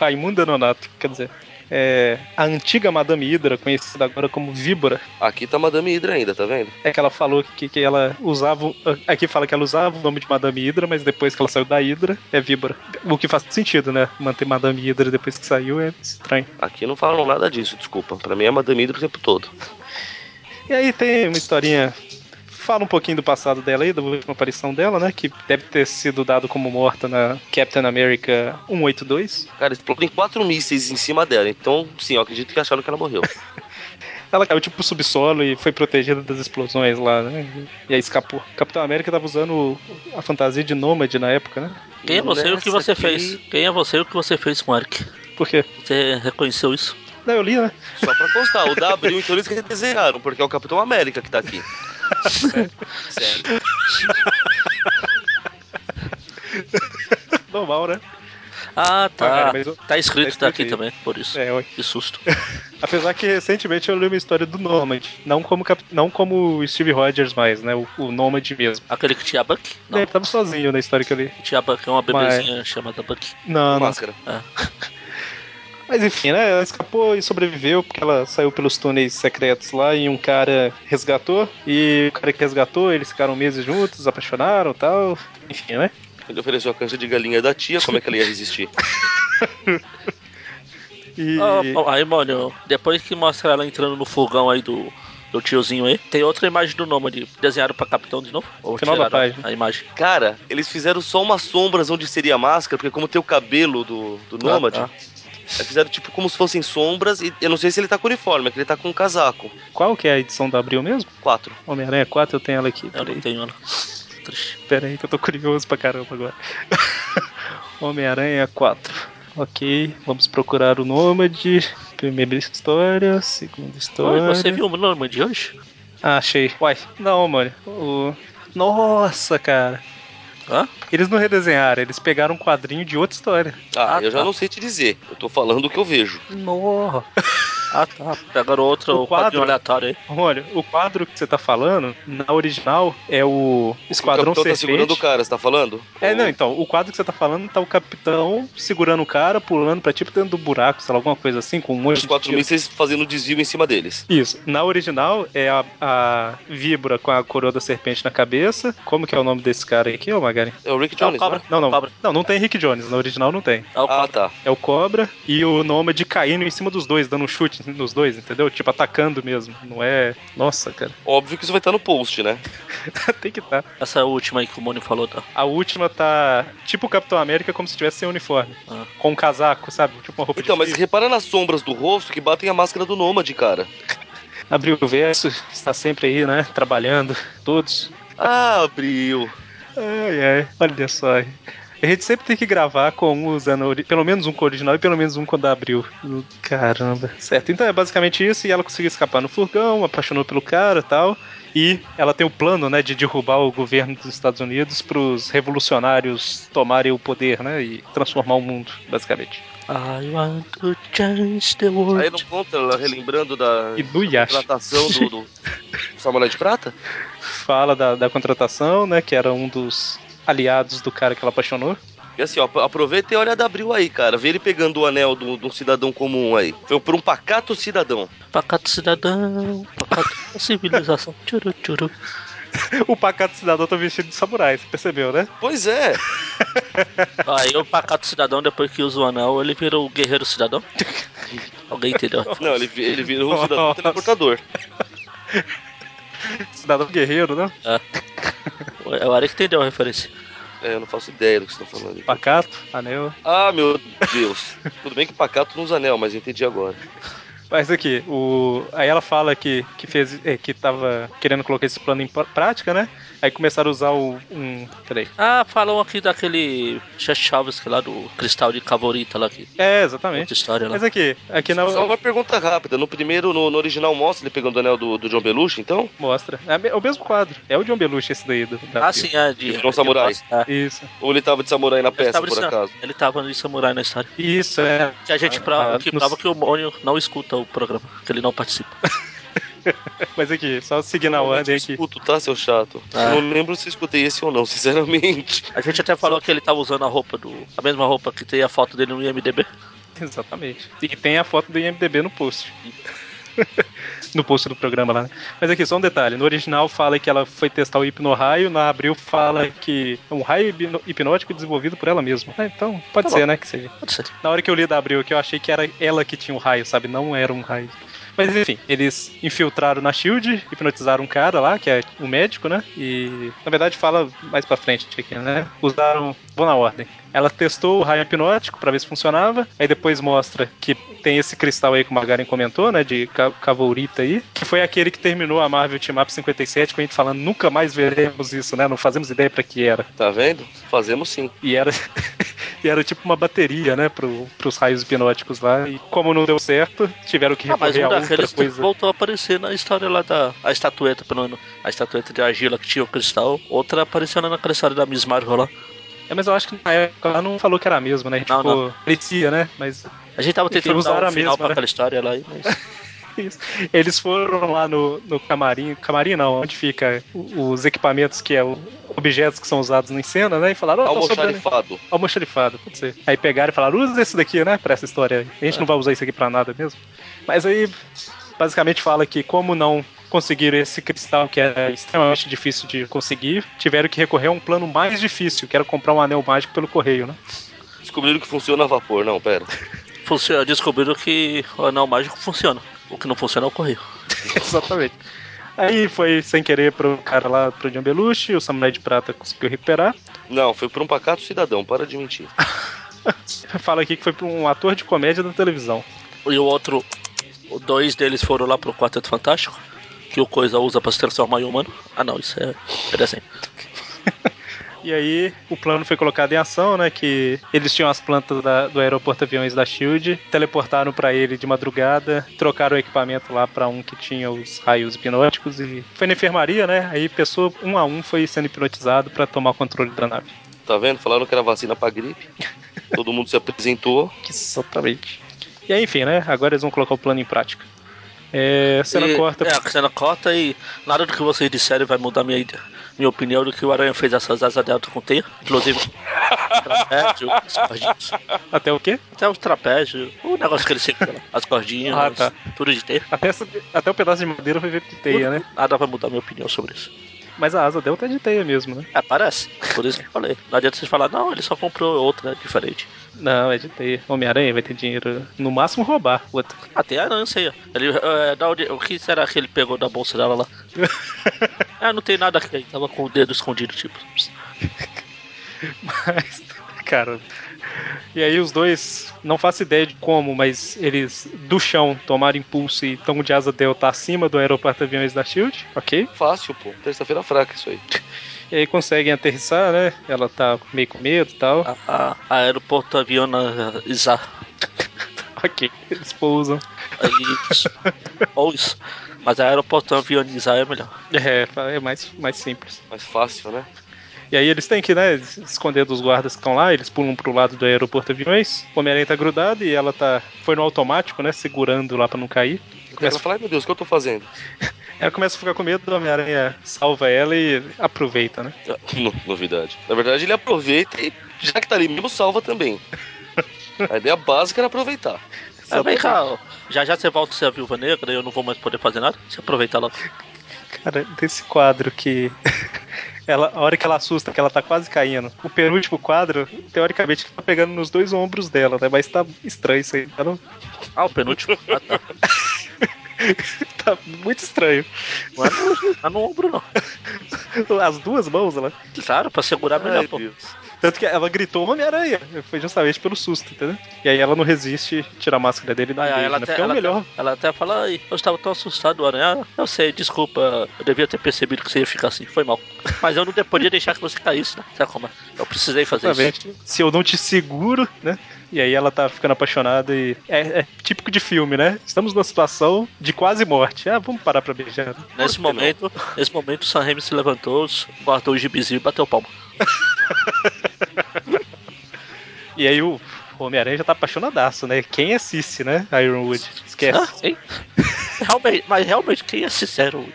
Speaker 1: Raimunda Nonato, quer dizer, é a antiga Madame Hydra, conhecida agora como Víbora,
Speaker 3: Aqui tá Madame Hydra ainda, tá vendo?
Speaker 1: é que ela falou que, que ela usava, o- aqui fala que ela usava o nome de Madame Hydra, mas depois que ela saiu da Hydra, é Víbora. O que faz sentido, né, manter Madame Hydra depois que saiu é estranho.
Speaker 3: Aqui não falam nada disso, desculpa. Pra mim é Madame Hydra o tempo todo.
Speaker 1: E aí tem uma historinha. Fala um pouquinho do passado dela aí, da última aparição dela, né? Que deve ter sido dado como morta na Captain America 182.
Speaker 3: Cara, explodem quatro mísseis em cima dela. Então, sim, eu acredito que acharam que ela morreu.
Speaker 1: Ela caiu tipo pro subsolo e foi protegida das explosões lá, né? E aí escapou. Capitão América tava usando o- a fantasia de Nômade na época, né?
Speaker 2: Quem é você e o que
Speaker 3: Nessa
Speaker 2: você
Speaker 3: aqui-
Speaker 2: fez? Quem é você e o que você fez com o Eric?
Speaker 1: Por quê?
Speaker 2: Você reconheceu isso?
Speaker 1: Não, eu li, né? (laughs)
Speaker 3: Só pra constar, o da Abril, então eles que desenharam, porque é o Capitão América que tá aqui. Sério.
Speaker 1: Normal, né?
Speaker 2: Ah, tá.
Speaker 1: cara, mas eu-
Speaker 2: Tá escrito, tá
Speaker 1: Tá
Speaker 2: aqui
Speaker 1: escrito
Speaker 2: também, por isso.
Speaker 1: É, ué.
Speaker 2: Que susto.
Speaker 1: Apesar que recentemente eu li uma história do Nômade. Não como, cap... não como o Steve Rogers mais, né? O, o Nômade mesmo.
Speaker 2: Aquele que tinha Buck? Não.
Speaker 1: Ele tava sozinho na história que eu li.
Speaker 2: que Tinha Buck, é uma bebezinha chamada Buck.
Speaker 1: Não, não.
Speaker 3: Máscara.
Speaker 1: Mas enfim, né? Ela escapou e sobreviveu porque ela saiu pelos túneis secretos lá e um cara resgatou. E o cara que resgatou, eles ficaram meses juntos, apaixonaram e tal. Enfim, né?
Speaker 3: Ele ofereceu a cancha de galinha da tia, como é que ela ia resistir?
Speaker 1: E.
Speaker 2: Ah, bom, aí, mano, depois que mostra ela entrando no fogão aí do, do tiozinho aí, tem outra imagem do Nômade. Desenharam pra capitão de novo? Ou
Speaker 1: Final da
Speaker 2: tiraram
Speaker 1: página.
Speaker 2: A imagem.
Speaker 3: Cara, eles fizeram só umas sombras onde seria a máscara, porque como tem o cabelo do, do Nômade,
Speaker 2: Ah, tá.
Speaker 3: eles fizeram tipo como se fossem sombras, e eu não sei se ele tá com uniforme, é que ele tá com um casaco.
Speaker 1: Qual que é a edição da Abril mesmo?
Speaker 3: Quatro.
Speaker 1: Homem-Aranha 4, eu tenho ela aqui.
Speaker 2: Eu não
Speaker 1: Peraí,
Speaker 2: tenho ela. Triste.
Speaker 1: peraí, que eu tô curioso pra caramba agora. (laughs) Homem-Aranha 4. Ok, vamos procurar o Nômade. Primeira história, segunda
Speaker 2: Oi,
Speaker 1: história.
Speaker 2: você viu o Nômade hoje?
Speaker 1: Ah, achei. Uai, não, mano. O... Nossa, cara.
Speaker 2: Hã?
Speaker 1: Eles não redesenharam, eles pegaram um quadrinho de outra história.
Speaker 3: Ah,
Speaker 2: Ah,
Speaker 3: eu
Speaker 2: tá.
Speaker 3: já não sei te dizer. Eu tô falando o que eu vejo.
Speaker 1: Nossa!
Speaker 2: Ah, tá. Pegaram outro
Speaker 1: O quadro.
Speaker 2: quadrinho aleatório aí.
Speaker 1: Olha, o quadro que você tá falando, na original, é o Esquadrão
Speaker 3: o capitão tá segurando
Speaker 1: Serpente.
Speaker 3: o cara, você tá falando?
Speaker 1: é, não,
Speaker 3: Ou-
Speaker 1: então, o quadro que você tá falando tá o capitão segurando o cara, pulando pra tipo dentro do buraco, sei lá, alguma coisa assim, com um monte
Speaker 3: Os
Speaker 1: de
Speaker 3: quatro
Speaker 1: tiro.
Speaker 3: mísseis fazendo desvio em cima deles.
Speaker 1: Isso. Na original é a, a víbora com a coroa da serpente na cabeça. Como que é o nome desse cara aqui, ô Magari?
Speaker 3: É o Rick Jones,
Speaker 2: cobra.
Speaker 3: né?
Speaker 1: Não, não.
Speaker 2: Cobra.
Speaker 1: Não, não tem Rick Jones, na original não tem.
Speaker 2: Ah, o
Speaker 3: Ah,
Speaker 2: quadro.
Speaker 3: tá.
Speaker 1: É o Cobra e o Nômade caindo em cima dos dois, dando um chute nos dois, entendeu? Tipo, atacando mesmo. Não é. Nossa, cara. (laughs)
Speaker 3: Óbvio que isso vai estar no post, né?
Speaker 1: Tem que estar.
Speaker 2: Essa é última aí que o Mônio falou, tá?
Speaker 1: A última tá tipo o Capitão América, como se tivesse sem uniforme.
Speaker 2: Ah.
Speaker 1: Com um casaco, sabe? Tipo uma roupa
Speaker 3: Então,
Speaker 1: de
Speaker 3: mas repara nas sombras do rosto que batem a máscara do Nômade, cara.
Speaker 1: Abriu o verso, está sempre aí, né? Trabalhando, todos.
Speaker 3: Ah, abriu.
Speaker 1: Ai, ai. Olha só. A gente sempre tem que gravar com um usando ori- pelo menos um com o original e pelo menos um quando abriu. Caramba. Certo, então é basicamente isso. E ela conseguiu escapar no furgão, apaixonou pelo cara e tal. E ela tem o plano, né, de derrubar o governo dos Estados Unidos pros revolucionários tomarem o poder, né, e transformar o mundo, basicamente.
Speaker 2: I want to change the world.
Speaker 3: Aí não conta ela relembrando da
Speaker 1: E do Yash.
Speaker 3: contratação do, do Samurai de Prata?
Speaker 1: Fala da, da contratação, né, que era um dos aliados do cara que ela apaixonou.
Speaker 3: E assim, ó, aproveita e olha a da Abril aí, cara. Vê ele pegando o anel de um- de um cidadão comum aí. Foi por um pacato cidadão.
Speaker 2: Pacato cidadão, pacato civilização. (laughs) Tchuru, tchuru.
Speaker 1: o pacato cidadão tá vestido de samurai, você percebeu, né?
Speaker 4: Pois é.
Speaker 2: Aí o pacato cidadão, depois que usa o anel, ele virou o
Speaker 1: (laughs)
Speaker 2: guerreiro cidadão. Alguém entendeu?
Speaker 4: Não, ele, vi- ele virou um cidadão teleportador.
Speaker 1: Cidadão guerreiro, né?
Speaker 2: É Ah. o Ari que entendeu a referência.
Speaker 4: É, eu não faço ideia do que
Speaker 3: tá
Speaker 4: vocês estão falando.
Speaker 1: Pacato, anel.
Speaker 4: Ah, meu Deus. Tudo bem que pacato não usa anel, mas eu entendi agora.
Speaker 1: Mas aqui, o... aí ela fala que, que fez. é, que tava querendo colocar esse plano em pr- prática, né? Aí começaram a usar o. Um... Peraí.
Speaker 2: Ah, falam aqui daquele Chechovsky é lá do cristal de cavorita lá que
Speaker 1: É,
Speaker 2: Outra
Speaker 1: exatamente.
Speaker 2: história né? lá.
Speaker 1: Mas aqui, aqui na
Speaker 2: um
Speaker 4: Só uma pergunta rápida. No primeiro, no, no original, mostra ele pegando o anel do, do John Belushi, então?
Speaker 1: mostra. É me- é o mesmo quadro. É o John Belushi esse daí. Do, da
Speaker 2: Ah, sim, é de.
Speaker 4: Virou um samurai.
Speaker 2: É.
Speaker 1: Isso.
Speaker 4: Ou ele tava de samurai na
Speaker 2: Ele
Speaker 4: peça,
Speaker 2: tava,
Speaker 4: por
Speaker 2: de,
Speaker 4: acaso?
Speaker 2: ele tava de samurai na história.
Speaker 1: Isso, é. (laughs)
Speaker 2: Que a gente
Speaker 1: Ah,
Speaker 2: prova,
Speaker 1: ah,
Speaker 2: que,
Speaker 1: não
Speaker 2: prova
Speaker 1: sei.
Speaker 2: que o Mônio não escuta o programa, que ele não participa.
Speaker 1: Mas aqui, só seguir na
Speaker 2: é
Speaker 4: Eu
Speaker 1: ordem aqui.
Speaker 4: escuto, tá, seu chato?
Speaker 2: Ah.
Speaker 4: Eu Não lembro se escutei esse ou não, (laughs) sinceramente.
Speaker 2: A gente até falou que ele tava usando a roupa do. a mesma roupa que tem a foto dele no IMDB.
Speaker 1: (laughs) Exatamente. E tem a foto do IMDB no post. (laughs) no post do programa lá. né? Mas aqui, só um detalhe. No original fala que ela foi testar o hipno-raio, na Abril fala que é um raio hipno- hipnótico desenvolvido por ela mesma. Ah, então, pode
Speaker 2: Tá
Speaker 1: ser, né, que seja.
Speaker 2: Pode ser.
Speaker 1: Na hora que eu li da Abril aqui, eu achei que era ela que tinha o raio, sabe? Não era um raio. Mas enfim, eles infiltraram na Shield, hipnotizaram um cara lá, que é o médico, né? E na verdade fala mais pra frente aqui, né? Usaram. Vou na ordem. Ela testou o raio hipnótico pra ver se funcionava. Aí depois mostra que tem esse cristal aí que o Margarin comentou, né? De ca- cavourita aí. Que foi aquele que terminou a Marvel Team Up 57, com a gente falando nunca mais veremos isso, né? Não fazemos ideia pra que era.
Speaker 4: Tá vendo? Fazemos sim.
Speaker 1: E era, (laughs) e era tipo uma bateria, né, pro, pros raios hipnóticos lá. E como não deu certo, tiveram que
Speaker 2: Ah, mas
Speaker 1: recorrer
Speaker 2: um
Speaker 1: a outra
Speaker 2: daqueles
Speaker 1: coisa.
Speaker 2: voltou a aparecer na história lá da. A estatueta, pelo menos. A estatueta de argila que tinha o cristal. Outra apareceu lá naquela história da Miss Marvel lá.
Speaker 1: É, mas eu acho que na época ela não falou que era a mesma, né?
Speaker 2: Não,
Speaker 1: tipo, parecia, né? Mas (laughs)
Speaker 2: A gente tava
Speaker 1: Enfim,
Speaker 2: tentando dar
Speaker 1: usaram
Speaker 2: um
Speaker 1: a
Speaker 2: final
Speaker 1: mesma,
Speaker 2: pra
Speaker 1: né?
Speaker 2: aquela história lá. e- Mas...
Speaker 1: isso. eles foram lá no, no camarim, camarim não, onde fica o- os equipamentos que é o objetos que são usados na cena, né? E falaram, ó, tá sobrando.
Speaker 4: Almoxarifado.
Speaker 1: Almoxarifado, pode ser. Aí pegaram e falaram, usa esse daqui, né? Pra essa história aí. A gente não vai usar isso aqui pra nada mesmo. Mas aí, basicamente fala que como não conseguiram esse cristal que era extremamente difícil de conseguir, tiveram que recorrer a um plano mais difícil, que era comprar um anel mágico pelo correio, né?
Speaker 4: Descobriram que funciona a vapor. Não, pera.
Speaker 2: Funciona, descobriram que o anel mágico funciona. O que não funciona é o correio.
Speaker 1: Exatamente. Aí foi sem querer pro cara lá, pro John Belushi, o Samurai de Prata conseguiu recuperar. (laughs)
Speaker 4: Não, foi por um pacato cidadão, para de mentir.
Speaker 1: Fala aqui que foi pra um ator de comédia da televisão.
Speaker 2: E o outro, o dois deles foram lá pro Quarteto Fantástico, que o Coisa usa pra se transformar em humano. Ah não, isso é pedacinho.
Speaker 1: E aí o plano foi colocado em ação, né? Que eles tinham as plantas da- do aeroporto aviões da Shield, teleportaram pra ele de madrugada, trocaram o equipamento lá pra um que tinha os raios hipnóticos e foi na enfermaria, né? Aí pessoa um a um foi sendo hipnotizado pra tomar o controle da nave.
Speaker 4: Tá vendo? Falaram que era vacina pra gripe. Todo mundo se apresentou.
Speaker 1: Exatamente. E aí, enfim, né? Agora eles vão colocar o plano em prática. É, a cena
Speaker 2: E-
Speaker 1: corta.
Speaker 2: É, a cena corta e nada do que vocês disserem vai mudar minha, ide- minha opinião do que o Aranha fez essas asas delta com teia. Inclusive, trapézio, as cordinhas.
Speaker 1: Até o quê?
Speaker 2: Até os trapézios, o negócio que ele segura, lá, as cordinhas,
Speaker 1: Ah, tá.
Speaker 2: tudo de teia.
Speaker 1: Até, essa- até o pedaço de madeira foi feito de teia, né?
Speaker 2: Nada vai mudar minha opinião sobre isso.
Speaker 1: Mas a asa delta é de teia mesmo, né?
Speaker 2: É, parece. Por isso que eu falei. Não adianta vocês falar, não, ele só comprou outra, né? Diferente.
Speaker 1: Não, é de teia. Homem-Aranha vai ter dinheiro. No máximo roubar o outro.
Speaker 2: Ah, tem aranha isso aí. ó. Ele, é, da onde- o que será que ele pegou da bolsa dela lá? ah, não tem nada aqui. Ele tava com o dedo escondido, tipo.
Speaker 1: (laughs) Mas, cara. E aí os dois, não faço ideia de como, mas eles do chão tomaram impulso e estão de asa delta tá acima do aeroporto aviões da Shield, ok?
Speaker 4: Fácil, pô. Terça-feira fraca isso aí.
Speaker 1: E aí conseguem aterrissar, né? Ela tá meio com medo e tal.
Speaker 2: A, a, a aeroporto aviona Isa.
Speaker 1: Ok, eles pousam.
Speaker 2: Aí, ou isso. Mas a aeroporto aviona Isa é melhor.
Speaker 1: É, é mais, mais simples.
Speaker 4: Mais fácil, né?
Speaker 1: E aí eles têm que, né, se esconder dos guardas que estão lá, eles pulam pro lado do aeroporto aviões. O Homem-Aranha tá grudado e ela tá. Foi no automático, né? Segurando lá pra não cair.
Speaker 4: Ela
Speaker 1: Começa,
Speaker 4: fala, ai meu Deus, o que eu tô fazendo?
Speaker 1: ela começa a ficar com medo, o Homem-Aranha salva ela e aproveita,
Speaker 3: (laughs)
Speaker 1: né?
Speaker 4: Ah, no- Novidade. Na verdade, ele aproveita e, já que tá ali mesmo, salva também. A ideia básica era aproveitar.
Speaker 2: É, Ah, vem cá, ó. já já você volta a ser a viúva negra e eu não vou mais poder fazer nada. Você aproveitar logo.
Speaker 1: Cara, desse quadro que. (laughs) Ela, a hora que ela assusta, que ela tá quase caindo. O penúltimo quadro, teoricamente, tá pegando nos dois ombros dela, né? Mas tá estranho isso aí. Tá, não? (laughs)
Speaker 2: Ah, o penúltimo. Ah, tá.
Speaker 1: tá muito estranho.
Speaker 2: Não é no, não é no ombro, não.
Speaker 1: As duas mãos, ela.
Speaker 2: Claro, pra segurar melhor,
Speaker 1: Ai,
Speaker 2: pô.
Speaker 1: Tanto que ela gritou Homem-Aranha. Foi justamente pelo susto, entendeu? E aí ela não resiste, tira a máscara dele e dá um
Speaker 2: Ah,
Speaker 1: beijo,
Speaker 2: ela,
Speaker 1: né?
Speaker 2: até,
Speaker 1: Porque é o
Speaker 2: ela,
Speaker 1: melhor.
Speaker 2: até, ela até fala, "Ai, eu estava tão assustado, Aranha. Eu sei, desculpa, eu devia ter percebido que você ia ficar assim, foi mal. Mas eu não de- podia deixar que você caísse, né? Sabe como é? Eu precisei fazer isso.
Speaker 1: Exatamente. Se eu não te seguro, né? E aí ela tá ficando apaixonada e. É, é típico de filme, né? Estamos numa situação de quase morte. Ah, vamos parar pra beijar.
Speaker 2: Nesse momento, nesse momento, o Sam Raimi se levantou, guardou o gibizinho e bateu palma.
Speaker 1: E aí o Homem-Aranha já tá apaixonadaço, né? Quem assiste, né? Ironwood. Esquece.
Speaker 2: Ah, hein? realmente, mas realmente, quem é sincero?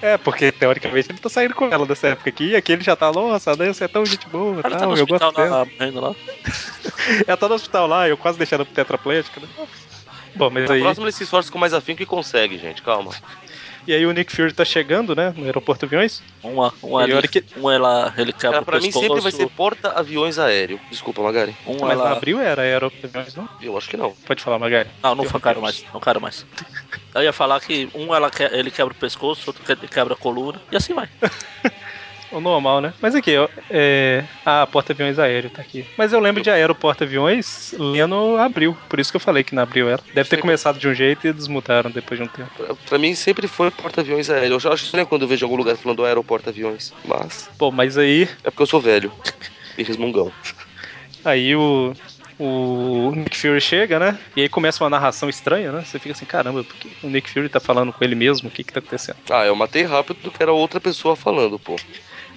Speaker 1: É, porque teoricamente ele tá saindo com ela nessa época aqui, e aqui ele já tá, nossa, né, você é tão gente boa,
Speaker 2: Ela tá
Speaker 1: tal,
Speaker 2: no
Speaker 1: eu gosto
Speaker 2: hospital
Speaker 1: dela.
Speaker 2: lá, morrendo lá.
Speaker 1: Ela tá no hospital lá, eu quase deixei ela tetraplégica, né? Bom, mas
Speaker 3: Na
Speaker 1: aí.
Speaker 3: próxima ele se esforça com mais afinco e consegue, gente. Calma.
Speaker 1: E aí o Nick Fury tá chegando, né? No aeroporto aviões.
Speaker 2: Um, a- um, ali,
Speaker 1: olha que-
Speaker 2: um ela, ele quebra
Speaker 3: Cara,
Speaker 2: o
Speaker 3: pra mim sempre vai ser
Speaker 2: pescoço,
Speaker 3: porta-aviões aéreo. Desculpa, Magari.
Speaker 2: um
Speaker 1: Mas não
Speaker 2: ela...
Speaker 1: abriu era aeroporto aviões, não?
Speaker 3: Eu acho que não.
Speaker 1: Pode falar, Magali.
Speaker 2: Não, não quero mais, não quero mais. Eu ia falar que um ela que- ele quebra o pescoço, outro que- quebra a coluna, e assim vai.
Speaker 1: O normal, né? Mas aqui, ó, é... Ah, porta-aviões aéreo tá aqui. Mas eu lembro de aero porta-aviões lendo abril. Por isso que eu falei que não abriu era. Deve ter começado de um jeito e desmutaram depois de um tempo.
Speaker 3: Pra, pra mim sempre foi porta-aviões aéreo. Eu já acho estranho quando eu vejo algum lugar falando aeroporta-aviões. Mas
Speaker 1: Bom, mas aí
Speaker 3: é porque eu sou velho. E resmungão.
Speaker 1: Aí o, o Nick Fury chega, né? E aí começa uma narração estranha, né? Você fica assim, caramba, porque o Nick Fury tá falando com ele mesmo, o que que tá acontecendo?
Speaker 3: Ah, eu matei rápido do que era outra pessoa falando, pô.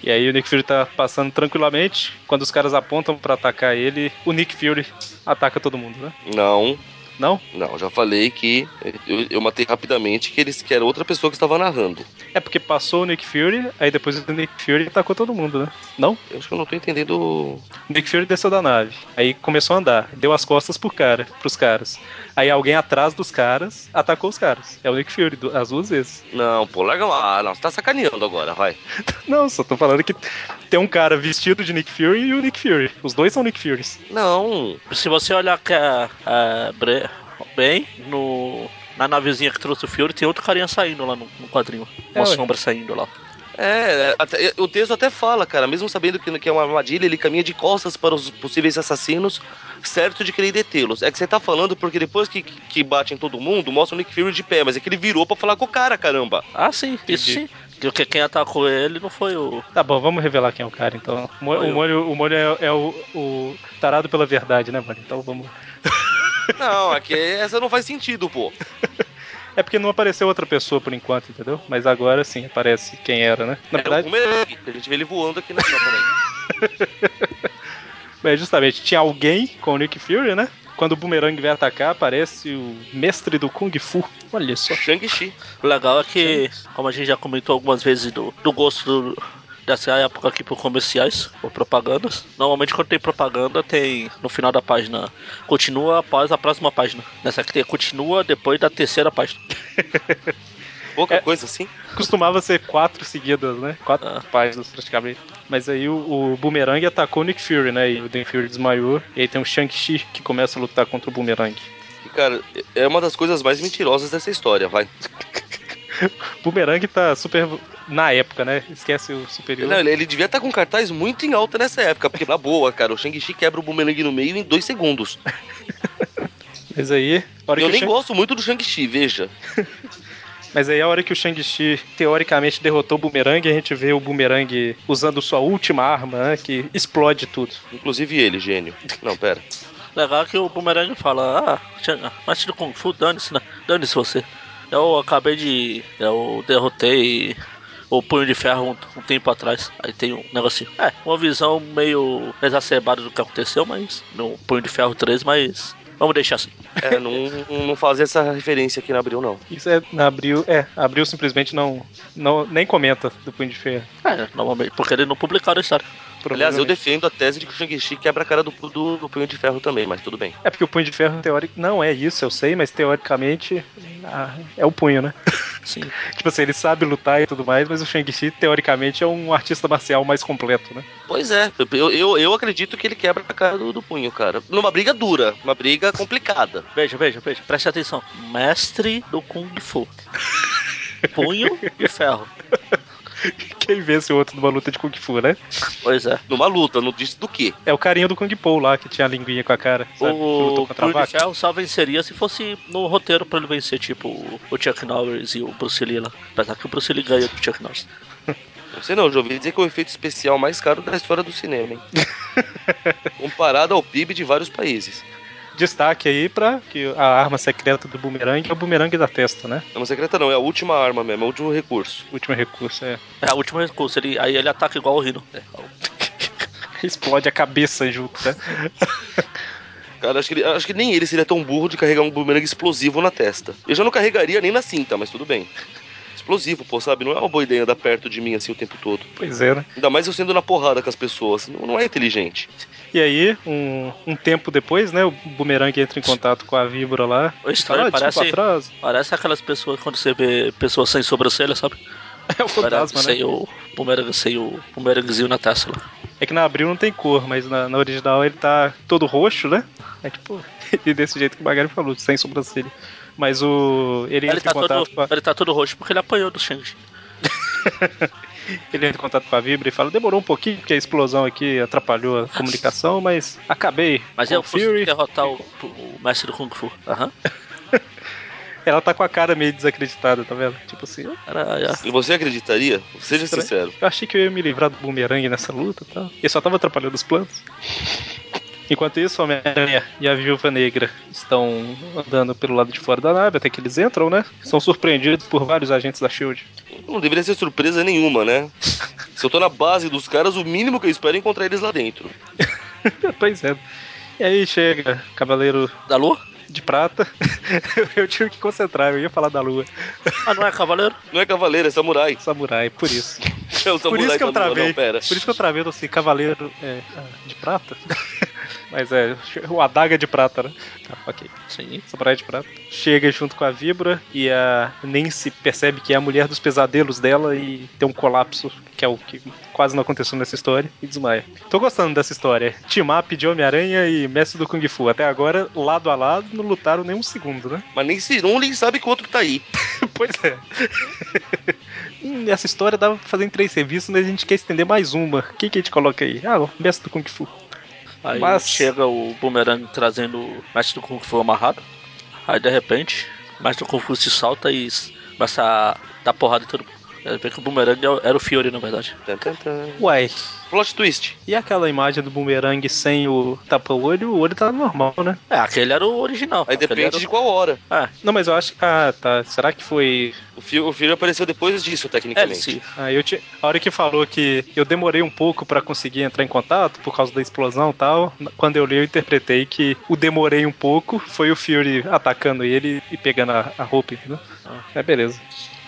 Speaker 1: E aí o Nick Fury tá passando tranquilamente, quando os caras apontam pra atacar ele, o Nick Fury ataca todo mundo, né?
Speaker 3: Não,
Speaker 1: Não?
Speaker 3: não, já falei que eu, eu matei rapidamente que eles que era outra pessoa que estava narrando.
Speaker 1: É porque passou o Nick Fury, aí depois o Nick Fury atacou todo mundo, né? Não?
Speaker 3: Eu acho que eu não tô entendendo.
Speaker 1: O Nick Fury desceu da nave, aí começou a andar, deu as costas pro cara, pros caras. Aí alguém atrás dos caras atacou os caras. É o Nick Fury, du- as duas vezes. (laughs)
Speaker 3: Não, pô, larga lá. Ah, não, você tá sacaneando agora, vai.
Speaker 1: Não, só tô falando que tem um cara vestido de Nick Fury e o Nick Fury. Os dois são Nick Furies.
Speaker 3: Não.
Speaker 2: Se você olhar que a, a Bre- bem no na navezinha que trouxe o Fiore, tem outro carinha saindo lá no, no quadrinho. Uma
Speaker 1: É, ué.
Speaker 2: sombra saindo lá.
Speaker 3: É, até- o texto até fala, cara, mesmo sabendo que, que é uma armadilha, ele caminha de costas para os possíveis assassinos, certo de querer detê-los. É que você tá falando porque depois que, que bate em todo mundo, mostra o Nick Fury de pé, mas é que ele virou pra falar com o cara, caramba.
Speaker 2: Ah, sim, isso sim. Porque quem atacou ele não foi o.
Speaker 1: Tá bom, vamos revelar quem é o cara, então. O, Mo- o molho, o molho é, é o, o tarado pela verdade, né, mano? Então vamos.
Speaker 3: Não, é que essa não faz sentido, pô.
Speaker 1: É porque não apareceu outra pessoa por enquanto, entendeu? Mas agora sim aparece quem era, né? Na
Speaker 3: É o
Speaker 1: verdade,
Speaker 3: Boomerang, que a gente vê ele voando aqui na capa, né?
Speaker 1: é justamente tinha alguém com o Nick Fury, né? Quando o Boomerang vai atacar, aparece o mestre do Kung Fu. Olha só.
Speaker 3: Shang-Chi.
Speaker 2: O legal é que, como a gente já comentou algumas vezes do, do gosto do- dessa época aqui por comerciais, por propagandas. Normalmente quando tem propaganda tem no final da página. Continua após a próxima página. Nessa aqui tem continua depois da terceira página.
Speaker 3: Pouca
Speaker 1: É-
Speaker 3: coisa assim.
Speaker 1: Costumava ser quatro seguidas, né? Quatro
Speaker 2: Ah.
Speaker 1: páginas praticamente. Mas aí o, o Boomerang atacou o Nick Fury, né? E o Nick Fury desmaiou. E aí tem o Shang-Chi que começa a lutar contra o Boomerang.
Speaker 3: E, cara, é uma das coisas mais mentirosas dessa história, vai.
Speaker 1: Boomerang tá super. Na época, né? Esquece o superior.
Speaker 3: Não, ele, ele devia estar com um cartaz muito em alta nessa época, porque na boa, cara, o Shang-Chi quebra o Boomerang no meio em dois segundos.
Speaker 1: Mas aí. a hora
Speaker 3: eu
Speaker 1: que o
Speaker 3: nem
Speaker 1: Shang-
Speaker 3: gosto muito do Shang-Chi, veja.
Speaker 1: Mas aí a hora que o Shang-Chi teoricamente derrotou o Boomerang, a gente vê o Boomerang usando sua última arma, né? Que explode tudo.
Speaker 3: Inclusive ele, gênio. Não, pera.
Speaker 2: Legal que o Boomerang fala, ah, Xan- mas do Kung Fu, dane-se, né? Dane-se você. Eu acabei de. Eu derrotei o punho de ferro um, um tempo atrás. Aí tem um negocinho. É, uma visão meio exacerbada do que aconteceu, mas. No punho de ferro 3, mas. Vamos deixar assim.
Speaker 3: É, não, não fazer essa referência aqui na Abril, não.
Speaker 1: Isso é na Abril. É, Abril simplesmente não. não nem comenta do Punho de Ferro.
Speaker 2: É, normalmente, porque eles não publicaram a história.
Speaker 3: Aliás,
Speaker 1: provavelmente.
Speaker 3: eu defendo a tese de que o Shang-Chi quebra a cara do, do, do Punho de Ferro também, mas tudo bem.
Speaker 1: É porque o punho de ferro, teórico, não é isso, eu sei, mas teoricamente ah, é o punho, né? (laughs)
Speaker 2: Sim.
Speaker 1: Tipo assim, ele sabe lutar e tudo mais, mas o Shang-Chi, teoricamente, é um artista marcial mais completo, né? (laughs)
Speaker 3: Pois é, eu, eu, eu acredito que ele quebra a cara do, do punho, cara. Numa briga dura, uma briga complicada.
Speaker 2: Veja, veja, veja. Preste atenção. Mestre do Kung Fu. Punho de ferro.
Speaker 1: Quem vence o outro numa luta de Kung Fu, né?
Speaker 2: Pois é.
Speaker 3: Numa luta, não disse do quê?
Speaker 1: É o carinha do Kung Po lá, que tinha a linguinha com a cara, sabe? Que
Speaker 2: O
Speaker 1: lutou contra a
Speaker 2: Punho de
Speaker 1: vaca.
Speaker 2: Ferro só venceria se fosse no roteiro pra ele vencer, tipo o Chuck Norris e o Bruce Lee lá. Apesar que o Bruce Lee ganha do Chuck Norris.
Speaker 3: Não sei não, já ouvi dizer que é o efeito especial mais caro da história do cinema, hein? Comparado ao PIB de vários países.
Speaker 1: Destaque aí pra que a arma secreta do bumerangue é o bumerangue da testa, né?
Speaker 3: É uma secreta não, é a última arma mesmo, é o último recurso.
Speaker 1: Último recurso, é.
Speaker 2: É a última recurso. Ele, aí ele ataca igual o Rino. É,
Speaker 1: Explode a cabeça junto, né? (laughs)
Speaker 3: Cara, acho que, ele- acho que nem ele seria tão burro de carregar um bumerangue explosivo na testa. Eu já não carregaria nem na cinta, mas tudo bem. Explosivo, pô, sabe? Não é uma boa ideia andar perto de mim assim o tempo todo.
Speaker 1: Pois é, né?
Speaker 3: Ainda mais eu sendo na porrada com as pessoas. Não, não é inteligente.
Speaker 1: E aí, um, um tempo depois, né? O bumerangue entra em contato com a víbora lá.
Speaker 2: A história
Speaker 1: E fala, "Ah, desculpa,
Speaker 2: parece- (laughs)
Speaker 1: atraso."
Speaker 2: Parece aquelas pessoas quando você vê pessoas sem sobrancelha, sabe?
Speaker 1: É
Speaker 2: um
Speaker 1: o fantasma,
Speaker 2: Parece
Speaker 1: né?
Speaker 2: sem o bumerangue, sem o bumeranguezinho na testa lá.
Speaker 1: É que na abril não tem cor, mas na, na original ele tá todo roxo, né? É tipo, (laughs) e desse jeito que o Magari falou, sem sobrancelha. Mas o. Ele,
Speaker 2: Ele
Speaker 1: entra
Speaker 2: tá,
Speaker 1: em contato
Speaker 2: todo, (laughs)
Speaker 1: com a, (laughs)
Speaker 2: ele tá todo roxo porque ele apanhou do Shang.
Speaker 1: ele entra em contato com a Vibra e fala, demorou um pouquinho, porque a explosão aqui atrapalhou a comunicação, mas acabei.
Speaker 2: Mas
Speaker 1: com
Speaker 2: eu
Speaker 1: o
Speaker 2: consegui
Speaker 1: Fury.
Speaker 2: derrotar o, o mestre do Kung Fu. Aham.
Speaker 1: Ela tá com a cara meio desacreditada, tá vendo? Tipo assim, eu,
Speaker 2: Caralho.
Speaker 3: E você acreditaria? Seja
Speaker 1: Estranho.
Speaker 3: sincero.
Speaker 1: né? eu achei que eu ia me livrar do bumerangue nessa luta e tal. E só tava atrapalhando os
Speaker 3: (laughs)
Speaker 1: planos. Enquanto isso, o Homem-Aranha e a Viúva Negra estão andando pelo lado de fora da nave, até que eles entram, né? São surpreendidos por vários agentes da SHIELD.
Speaker 3: Não deveria ser surpresa nenhuma, né? Se eu tô na base dos caras, o mínimo que eu espero é encontrar eles lá dentro.
Speaker 1: (laughs) pois é. E aí chega Cavaleiro
Speaker 2: Da lua?
Speaker 1: de Prata. (laughs) eu tive que concentrar, eu ia falar da lua.
Speaker 2: Ah, não é cavaleiro?
Speaker 3: Não é cavaleiro, é samurai.
Speaker 1: Samurai, por isso.
Speaker 3: É o
Speaker 1: Por
Speaker 3: (laughs) samurai
Speaker 1: isso que eu
Speaker 3: samurai,
Speaker 1: travei.
Speaker 3: Não, pera.
Speaker 1: Por isso que eu travei, eu assim, Cavaleiro é, ah, de Prata. (laughs) Mas é, o Adaga de Prata, né? Tá, ok.
Speaker 2: Sim.
Speaker 1: Samurai de Prata. Chega junto com a Vibra e a Nancy percebe que é a mulher dos pesadelos dela e tem um colapso, que é o que quase não aconteceu nessa história, e desmaia. Tô gostando dessa história. Team Up de Homem-Aranha e Mestre do Kung Fu. Até agora, lado a lado, não lutaram nem um segundo, né? (laughs)
Speaker 3: Mas nem se um nem sabe que o outro tá aí.
Speaker 1: Pois é. (laughs) Hum, Essa história dava pra fazer em três serviços, mas a gente quer estender mais uma. O que, que a gente coloca aí? Ah, o mestre do Kung Fu.
Speaker 2: Aí
Speaker 1: Mas-
Speaker 2: chega o bumerangue trazendo o mestre do Kung Fu amarrado. Aí de repente, o mestre do Kung Fu se salta e s- começa a dar porrada em todo mundo. Aí vê que o bumerangue é o- era o Fiore, na verdade.
Speaker 3: Tan, tan, tan.
Speaker 1: Uai,
Speaker 3: Plot twist.
Speaker 1: e aquela imagem do bumerangue sem o tapa-olho, o olho tá normal, né?
Speaker 2: É, aquele era o original.
Speaker 3: Aí
Speaker 2: Aquele
Speaker 3: depende
Speaker 2: era o-
Speaker 3: de qual hora.
Speaker 2: É,
Speaker 1: Não, mas eu acho que. Ah, tá. Será que foi.
Speaker 3: O filho, o filho apareceu depois disso,
Speaker 2: é, ele
Speaker 3: tecnicamente.
Speaker 2: se-
Speaker 1: Ah, eu tinha. A hora que falou que eu demorei um pouco pra conseguir entrar em contato por causa da explosão e tal. Quando eu li, eu interpretei que o demorei um pouco foi o Fury atacando ele e pegando a, a roupa, entendeu?
Speaker 2: Ah.
Speaker 1: É beleza.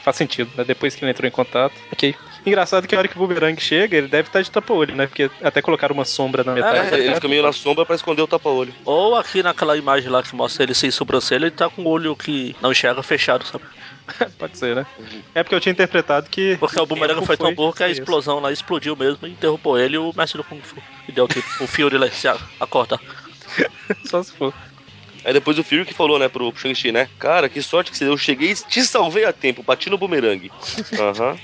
Speaker 1: Faz sentido, né? Depois que ele entrou em contato. Ok. Engraçado que a hora que o Boomerang chega, ele deve estar de tapa-olho, né? Porque até colocaram uma sombra na
Speaker 2: É,
Speaker 1: metade.
Speaker 3: É, ele fica meio na sombra pra esconder o tapa-olho.
Speaker 2: Ou aqui naquela imagem lá que mostra ele sem sobrancelha, ele tá com o olho que não enxerga fechado, sabe?
Speaker 1: (laughs) Pode ser, né? É porque eu tinha interpretado que.
Speaker 2: Porque o bumerangue foi tão burro que a
Speaker 1: foi isso.
Speaker 2: explosão lá explodiu mesmo e derrubou ele e o mestre do Kung Fu. E deu tempo o Fury lá se a- acordar.
Speaker 1: (laughs) Só se for.
Speaker 3: Aí depois o filho que falou, né, pro pro Shang-Chi, né? Cara, que sorte que você deu. Eu cheguei e te salvei a tempo, bati no (laughs) bumerangue. Aham.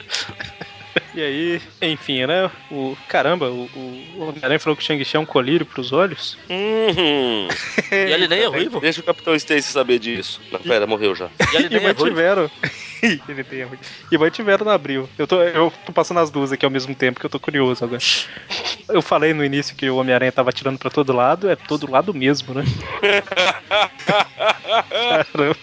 Speaker 1: E aí, enfim, né? O caramba, o, o o Homem-Aranha falou que o Shang-Chi é um colírio pros olhos.
Speaker 3: Hum,
Speaker 2: E ele nem (laughs) é (laughs) ruivo.
Speaker 3: deixa o Capitão Stacy saber disso. Não, pera, morreu já.
Speaker 2: E ele
Speaker 1: E
Speaker 2: nem é ruivo.
Speaker 1: mantiveram. (laughs) Ele tem ruim. E mantiveram na abril. Eu tô, eu tô passando as duas aqui ao mesmo tempo, que eu tô curioso agora. Eu falei no início que o Homem-Aranha tava atirando pra todo lado, é todo lado mesmo, né? Caramba.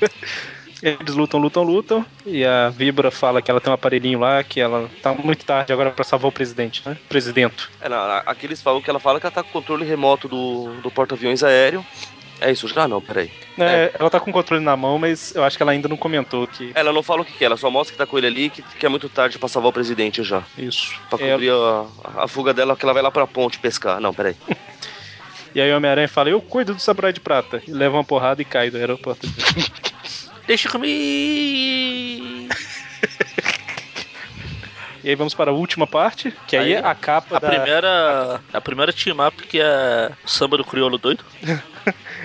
Speaker 1: Eles lutam, lutam, lutam. E a Vibra fala que ela tem um aparelhinho lá, que ela tá muito tarde agora pra salvar o presidente, né? Presidento.
Speaker 3: É, não, a- aqui eles falam que ela fala que ela tá com controle remoto do, do porta-aviões aéreo. É isso, ah não, peraí.
Speaker 1: É, Ela tá com o controle na mão, mas eu acho que ela ainda não comentou que.
Speaker 3: Ela não fala o que, que é, ela só mostra que tá com ele ali que, que é muito tarde pra salvar o presidente já.
Speaker 1: Isso.
Speaker 3: Pra
Speaker 1: É,
Speaker 3: cobrir a, a fuga dela, que ela vai lá pra ponte pescar. Não, peraí.
Speaker 1: e aí o Homem-Aranha fala: Eu cuido do samurai de prata. E leva uma porrada e cai do aeroporto.
Speaker 2: Deixa comigo.
Speaker 1: e aí vamos para a última parte, que aí,
Speaker 2: Aí,
Speaker 1: é a capa
Speaker 2: A
Speaker 1: da.
Speaker 2: primeira. A primeira team up que é o samba do
Speaker 1: (laughs)
Speaker 2: crioulo doido.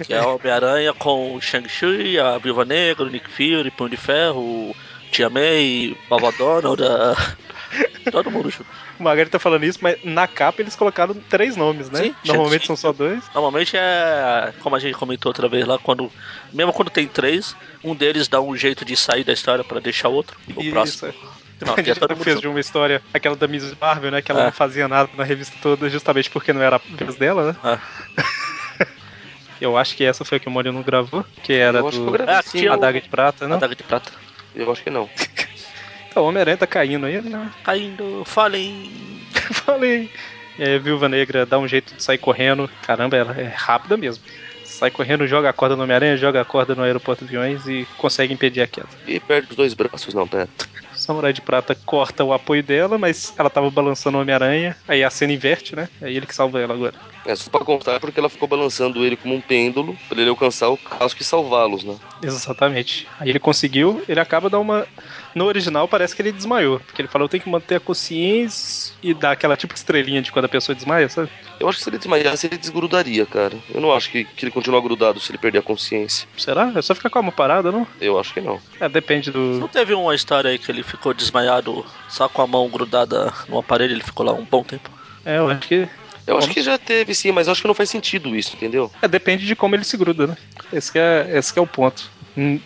Speaker 2: que é o Homem-Aranha com o Shang-Chi, a Viúva Negra, o Nick Fury, Punho de Ferro, o Tia May, Baba Donald,
Speaker 1: (laughs)
Speaker 2: a- todo mundo junto.
Speaker 1: O Magari tá falando isso, mas na capa eles colocaram três nomes, né?
Speaker 2: Sim,
Speaker 1: Normalmente
Speaker 2: sim.
Speaker 1: são só dois.
Speaker 2: Normalmente é, como a gente comentou outra vez lá, quando mesmo quando tem três, um deles dá um jeito de sair da história pra deixar o outro, o próximo.
Speaker 1: Isso. é. (laughs)
Speaker 2: Não,
Speaker 1: a
Speaker 2: tem
Speaker 1: gente
Speaker 2: todo
Speaker 1: até
Speaker 2: mundo
Speaker 1: fez
Speaker 2: junto.
Speaker 1: de uma história, aquela da Miss Marvel, né? Que ela
Speaker 2: É.
Speaker 1: não fazia nada na revista toda, justamente porque não era a vez dela, né?
Speaker 2: Ah.
Speaker 1: Eu acho que essa foi a que o Mônio não gravou, que era
Speaker 3: Eu acho que eu
Speaker 1: do
Speaker 3: gravei
Speaker 2: Ah,
Speaker 3: sim.
Speaker 2: tinha
Speaker 1: a Daga de Prata, né?
Speaker 2: A daga de prata.
Speaker 3: Eu acho que não.
Speaker 1: Então, o Homem-Aranha tá caindo aí, né?
Speaker 2: Caindo, falem.
Speaker 1: (laughs) Falei. E aí, a Viúva Negra dá um jeito de sair correndo. Caramba, ela é rápida mesmo. Sai correndo, joga a corda no Homem-Aranha, joga a corda no aeroporto de aviões e consegue impedir a queda.
Speaker 3: E perde os dois braços, não, pera.
Speaker 1: O Samurai de Prata corta o apoio dela, mas ela tava balançando o Homem-Aranha. Aí a cena inverte, né? É ele que salva ela agora.
Speaker 3: É só pra contar porque ela ficou balançando ele como um pêndulo pra ele alcançar o casco e salvá-los, né?
Speaker 1: Exatamente. Aí ele conseguiu, ele acaba dando uma. No original parece que ele desmaiou, porque ele falou: tem que manter a consciência e dar aquela tipo estrelinha de quando a pessoa desmaia, sabe?
Speaker 3: Eu acho que se ele desmaiasse, ele desgrudaria, cara. Eu não acho que, que ele continua grudado se ele perder a consciência.
Speaker 1: Será? É só ficar com a mão parada, não?
Speaker 3: Eu acho que não.
Speaker 1: É, depende do.
Speaker 2: Não teve uma história aí que ele ficou desmaiado, só com a mão grudada no aparelho, ele ficou lá um bom tempo.
Speaker 1: É, eu acho que.
Speaker 3: Eu acho que já teve sim, mas eu acho que não faz sentido isso, entendeu?
Speaker 1: É, depende de como ele se gruda, né? Esse que é, esse que é o ponto. N-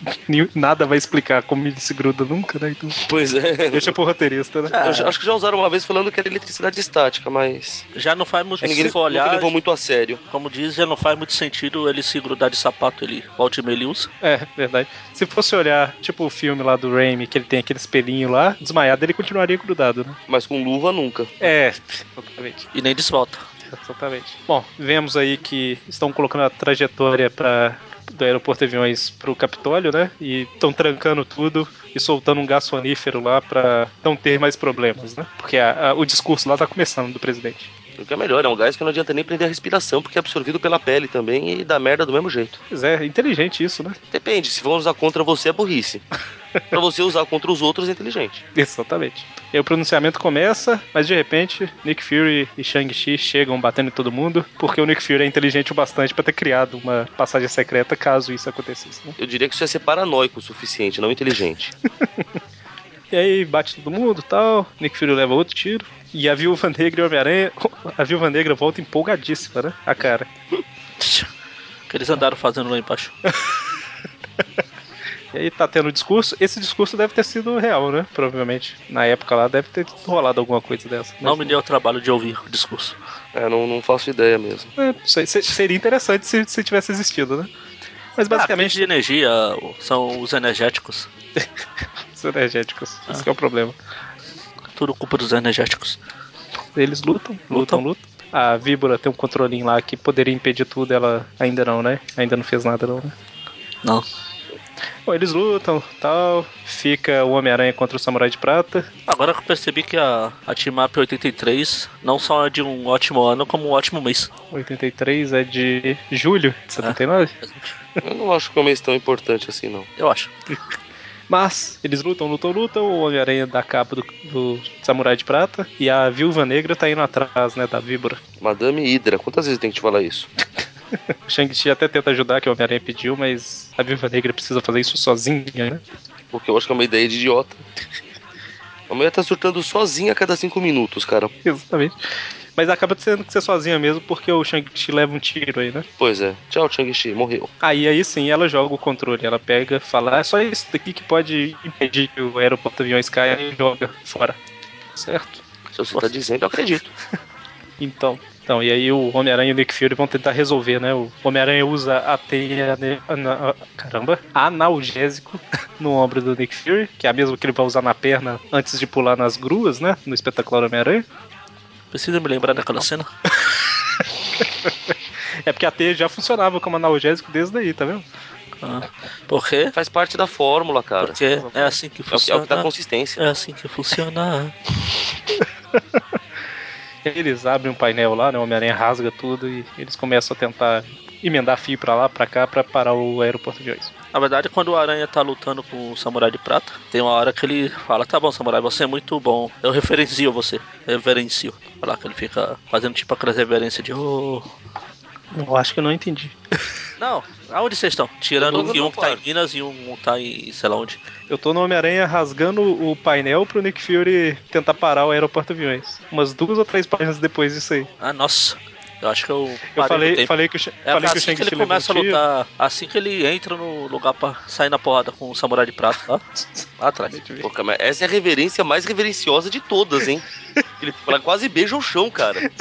Speaker 1: Nada vai explicar como ele se gruda nunca, né? Então,
Speaker 3: Pois é.
Speaker 1: deixa pro roteirista, né?
Speaker 3: (laughs) Eu já- acho que já usaram uma vez falando que era eletricidade estática, mas.
Speaker 2: Já não faz muito
Speaker 3: Acho É que ninguém
Speaker 2: É se for olhar,
Speaker 3: nunca levou muito a sério.
Speaker 2: como diz, já não faz muito sentido ele se grudar de sapato, ele volta e meia ele usa.
Speaker 1: É, verdade. Se fosse olhar, tipo, o filme lá do Raimi, que ele tem aquele espelhinho lá, desmaiado, ele continuaria grudado, né?
Speaker 3: Mas com luva nunca.
Speaker 1: É, exatamente.
Speaker 2: E nem desvolta. (laughs)
Speaker 1: Exatamente. Bom, vemos aí que estão colocando a trajetória para do aeroporto de aviões pro Capitólio, né? E estão trancando tudo e soltando um gás sonífero lá pra não ter mais problemas, né? Porque a- a- o discurso lá tá começando do presidente.
Speaker 3: O que é melhor, é um gás que não adianta nem prender a respiração, porque é absorvido pela pele também e dá merda do mesmo jeito.
Speaker 1: Pois é, inteligente isso, né? (laughs)
Speaker 3: Depende, se vão usar contra você é burrice. pra você usar contra os outros é inteligente.
Speaker 1: Exatamente. E aí o pronunciamento começa, mas de repente Nick Fury e Shang-Chi chegam batendo em todo mundo, porque o Nick Fury é inteligente o bastante pra ter criado uma passagem secreta caso isso acontecesse. Né?
Speaker 3: Eu diria que isso ia ser paranoico o suficiente, não inteligente.
Speaker 1: E aí bate todo mundo tal, Nick Fury leva outro tiro, e a Viúva Negra e o Homem-Aranha, (laughs) a Viúva Negra volta empolgadíssima, né? A cara.
Speaker 2: Que eles andaram fazendo lá embaixo.
Speaker 1: E aí tá tendo o discurso, esse discurso deve ter sido real, né? Provavelmente. Na época lá deve ter rolado alguma coisa dessa.
Speaker 2: Não
Speaker 1: Mas-
Speaker 2: me deu o trabalho de ouvir o discurso.
Speaker 3: É, não, não faço ideia mesmo.
Speaker 1: É, não sei, se- seria interessante se, se tivesse existido, né? Mas
Speaker 2: Ah,
Speaker 1: basicamente
Speaker 2: de energia o- são os energéticos.
Speaker 1: Os energéticos. Esse né, que é o problema.
Speaker 2: Tudo culpa dos energéticos.
Speaker 1: Eles lutam, lutam, lutam. A víbora tem um controlinho lá que poderia impedir tudo, ela ainda não, né? Ainda não fez nada, não, né?
Speaker 2: Não.
Speaker 1: Bom, eles lutam, tal. Fica o Homem-Aranha contra o Samurai de Prata.
Speaker 2: Agora que eu percebi que a, a Team Up 83 não só é de um ótimo ano, como um ótimo mês.
Speaker 1: 83 é de julho de 79.
Speaker 3: Eu não acho que é um mês tão importante assim, não.
Speaker 2: Eu acho.
Speaker 1: Mas eles lutam, lutam, lutam. O Homem-Aranha dá capa do, do Samurai de Prata. E a Viúva Negra tá indo atrás, né? Da víbora.
Speaker 3: Madame Hydra, quantas vezes tem que te falar isso?
Speaker 1: O Shang-Chi até tenta ajudar, que o Homem-Aranha pediu, mas a Viúva Negra precisa fazer isso sozinha, né? (laughs)
Speaker 3: Porque eu acho que é uma ideia de idiota. A mulher tá surtando sozinha a cada cinco minutos, cara.
Speaker 1: Exatamente. Mas acaba sendo que você é sozinha mesmo, porque o Shang-Chi leva um tiro aí, né?
Speaker 3: Pois é. Tchau, Chang-Chi, morreu.
Speaker 1: Aí aí sim ela joga o controle, ela pega, fala, "Ah, é só isso daqui que pode impedir que o aeroporto aviões caia e joga fora. Certo?
Speaker 3: Se você tá dizendo, eu acredito.
Speaker 1: Então. Então, e aí o Homem-Aranha e o Nick Fury vão tentar resolver, né? O Homem-Aranha usa a teia. ne- ana- caramba! Analgésico (laughs) no ombro do Nick Fury, que é a mesma que ele vai usar na perna antes de pular nas gruas, né? No espetacular Homem-Aranha.
Speaker 2: Precisa me lembrar daquela cena.
Speaker 1: É porque a teia já funcionava como analgésico desde daí, tá vendo?
Speaker 2: Ah, porque
Speaker 3: Faz parte da fórmula, cara.
Speaker 2: porque é assim que
Speaker 3: É o que, é o
Speaker 2: funciona.
Speaker 3: que dá consistência.
Speaker 2: É assim que funciona.
Speaker 1: Eles abrem um painel lá, né? O Homem-Aranha rasga tudo e eles começam a tentar emendar fio pra lá, pra cá, pra parar o aeroporto de Ois.
Speaker 2: Na verdade, quando o Aranha tá lutando com o Samurai de Prata, tem uma hora que ele fala: Tá bom, Samurai, você é muito bom. Eu referencio você. Reverencio. Olha lá que ele fica fazendo tipo aquelas reverências de. "Oh".
Speaker 1: Eu acho que eu não entendi.
Speaker 2: Não, aonde vocês estão?
Speaker 3: Todo
Speaker 2: Tirando
Speaker 3: mundo
Speaker 2: que um
Speaker 3: no
Speaker 2: que tá em
Speaker 3: quarto.
Speaker 2: Minas e um tá em sei lá onde.
Speaker 1: Eu tô no Homem-Aranha rasgando o painel pro Nick Fury tentar parar o aeroporto aviões. Umas duas ou três páginas depois disso aí.
Speaker 2: Ah, nossa. Eu acho que eu. parei
Speaker 1: Eu
Speaker 2: no
Speaker 1: falei,
Speaker 2: tempo.
Speaker 1: falei que o, Sha-
Speaker 2: É
Speaker 1: falei que o
Speaker 2: assim que,
Speaker 1: Shang-Chi
Speaker 2: ele
Speaker 1: levou um
Speaker 2: começa a
Speaker 1: tiro.
Speaker 2: lutar, assim que ele entra no lugar pra sair na porrada com o samurai de prata tá? lá, lá atrás.
Speaker 3: Pô, cara, mas essa é a reverência mais reverenciosa de todas, hein? Ele ela quase beija o chão, cara.
Speaker 1: (laughs)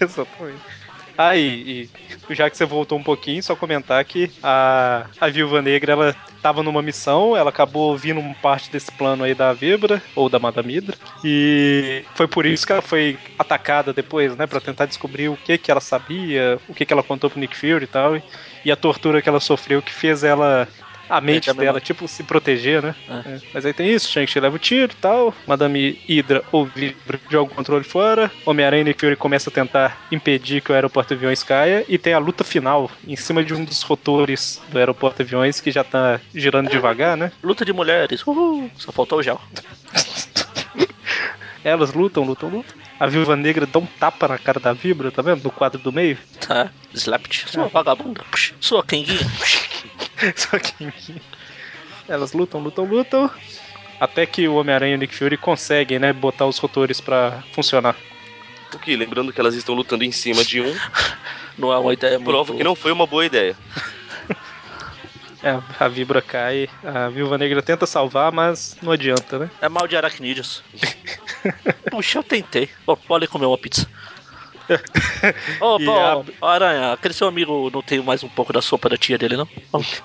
Speaker 1: Exatamente. Aí, e já que você voltou um pouquinho, só comentar que a, a Viúva Negra, ela tava numa missão, ela acabou vindo parte desse plano aí da Vibra, ou da Madamidra, e foi por isso que ela foi atacada depois, né, Pra tentar descobrir o que que ela sabia, o que que ela contou pro Nick Fury e tal, e, e a tortura que ela sofreu que fez ela... A mente
Speaker 2: Perder a
Speaker 1: dela, tipo, se proteger, né? É, Mas aí tem isso, Shang-Chi leva o tiro e tal, Madame Hydra ou Vibra joga o controle fora, Homem-Aranha e Nick Fury começa a tentar impedir que o aeroporto aviões caia, e tem a luta final em cima de um dos rotores do aeroporto aviões que já tá girando devagar, né?
Speaker 2: Luta de mulheres, uhul, só faltou o gel.
Speaker 1: Elas lutam, lutam, lutam. A Viúva Negra dá um tapa na cara da Vibra, tá vendo? No quadro do meio. (laughs)
Speaker 2: Tá, slapped, sua vagabunda, psh, sua quenguinha.
Speaker 1: Só que elas lutam, lutam, lutam. Até que o Homem-Aranha e o Nick Fury conseguem, né, botar os rotores pra funcionar.
Speaker 3: O que, lembrando que elas estão lutando em cima de um,
Speaker 2: Não é uma ideia
Speaker 3: prova
Speaker 2: muito...
Speaker 3: que não foi uma boa ideia.
Speaker 1: É, a Vibra cai, a Viúva Negra tenta salvar, mas não adianta, né?
Speaker 2: É mal de aracnídeos. Puxa, eu tentei. Bom, pode comer uma pizza. Ô,
Speaker 1: E
Speaker 2: Paulo, Aranha, aquele seu amigo não tem mais um pouco da sopa da tia dele, não? Vamos.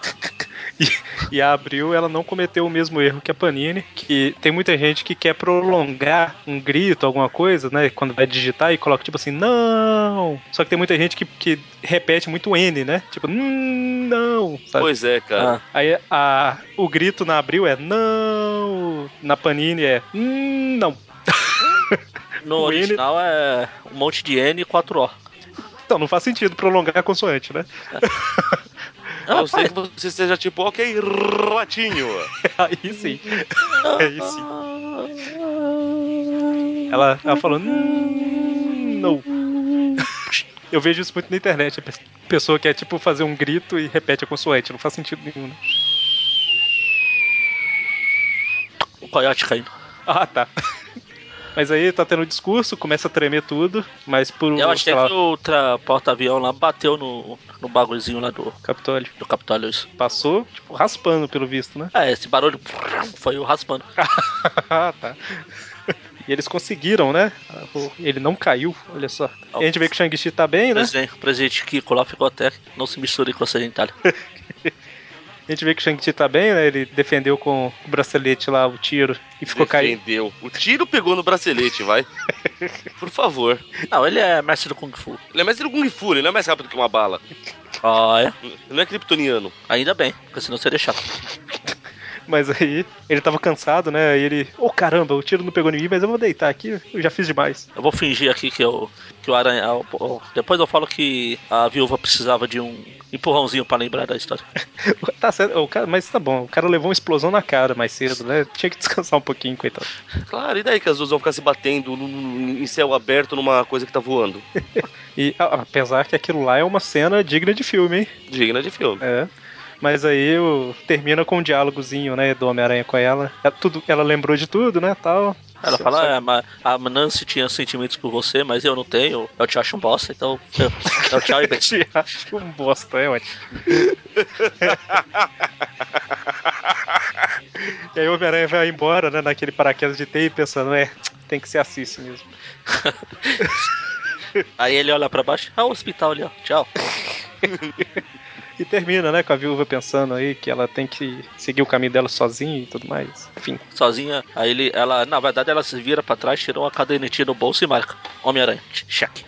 Speaker 1: E a Abril, ela não cometeu o mesmo erro que a Panini, que tem muita gente que quer prolongar um grito, alguma coisa, né? Quando vai digitar e coloca tipo assim, não! Só que tem muita gente que, que repete muito N, né? Tipo, "Hum, não! Sabe?
Speaker 3: Pois é, cara.
Speaker 2: Ah,
Speaker 1: Aí a, o grito na Abril é, não! Na Panini é, "Hum, não!
Speaker 2: no
Speaker 1: O N-
Speaker 2: original é um monte de N e 4O.
Speaker 1: Então, não faz sentido prolongar a consoante, né? (laughs)
Speaker 3: A
Speaker 2: Ah,
Speaker 3: não ser que você seja tipo, ok, ratinho.
Speaker 1: Aí sim. Aí sim. Ela, ela falou, "Hum, não. (laughs) Eu vejo isso muito na internet. A pe- pessoa quer, tipo, fazer um grito e repete a consoante. Não faz sentido nenhum, né?
Speaker 2: o coiote caindo.
Speaker 1: Ah, tá. (laughs) Mas aí tá tendo um discurso, começa a tremer tudo, mas por
Speaker 2: Eu achei
Speaker 1: sei lá,
Speaker 2: que o tra- porta-avião lá bateu no, no bagulhozinho lá do,
Speaker 1: Capitólio
Speaker 2: do Capitólio. Isso.
Speaker 1: passou, tipo, raspando, pelo visto, né? (laughs)
Speaker 2: É, esse barulho foi o raspando.
Speaker 1: ah, tá. E eles conseguiram, né? Ele não caiu, olha só. E a gente vê que o Shang-Chi tá bem,
Speaker 2: O
Speaker 1: né?
Speaker 2: presidente, o presidente Kiko lá ficou até não se misture com a sedentária.
Speaker 1: A gente vê que o Shang-Chi tá bem, né? Ele defendeu com o bracelete lá o tiro e ficou caído.
Speaker 3: Defendeu. O tiro pegou no bracelete, vai. Por favor.
Speaker 2: Não, ele é mestre do Kung Fu.
Speaker 3: Ele é mais do Kung Fu, ele não é mais rápido que uma bala.
Speaker 2: Ah, é?
Speaker 3: Ele não é kryptoniano.
Speaker 2: Ainda bem, porque senão seria chato.
Speaker 1: Mas aí ele tava cansado, né? E ele, ô caramba, o tiro não pegou em mim, mas eu vou deitar aqui, eu já fiz demais. (laughs)
Speaker 2: Eu vou fingir aqui que eu que o aranha. o- o- Depois eu falo que a viúva precisava de um empurrãozinho pra lembrar da história.
Speaker 1: tá certo, o cara, mas tá bom, o cara levou uma explosão na cara mais cedo, né? (laughs) Tinha que descansar um pouquinho, coitado.
Speaker 3: Claro, e daí que as duas vão ficar se batendo no- no- em céu aberto numa coisa que tá voando?
Speaker 1: E a- apesar que aquilo lá é uma cena digna de filme, hein?
Speaker 3: Digna de filme.
Speaker 1: É. Mas aí o, termina com um diálogozinho, né, do Homem-Aranha com ela. É tudo, ela lembrou de tudo, né, tal.
Speaker 2: Ela
Speaker 1: Só-
Speaker 2: fala, "Ah, ma- a Nancy tinha sentimentos por você, mas eu não tenho. Eu te acho um bosta, então. eu- eu tchau e bem.
Speaker 1: Te acho um bosta, é ótimo. e aí o Homem-Aranha vai embora, né, naquele paraquedas de teia, pensando, é, tem que ser assiste mesmo.
Speaker 2: Aí ele olha pra baixo, ah, o hospital ali, ó. Tchau.
Speaker 1: E termina, né, com a viúva pensando aí que ela tem que seguir o caminho dela sozinha e tudo mais. Enfim.
Speaker 2: Sozinha. Aí ele, ela, na verdade, ela se vira pra trás, tirou uma cadernetinha do bolso e marca. Homem-Aranha. Cheque.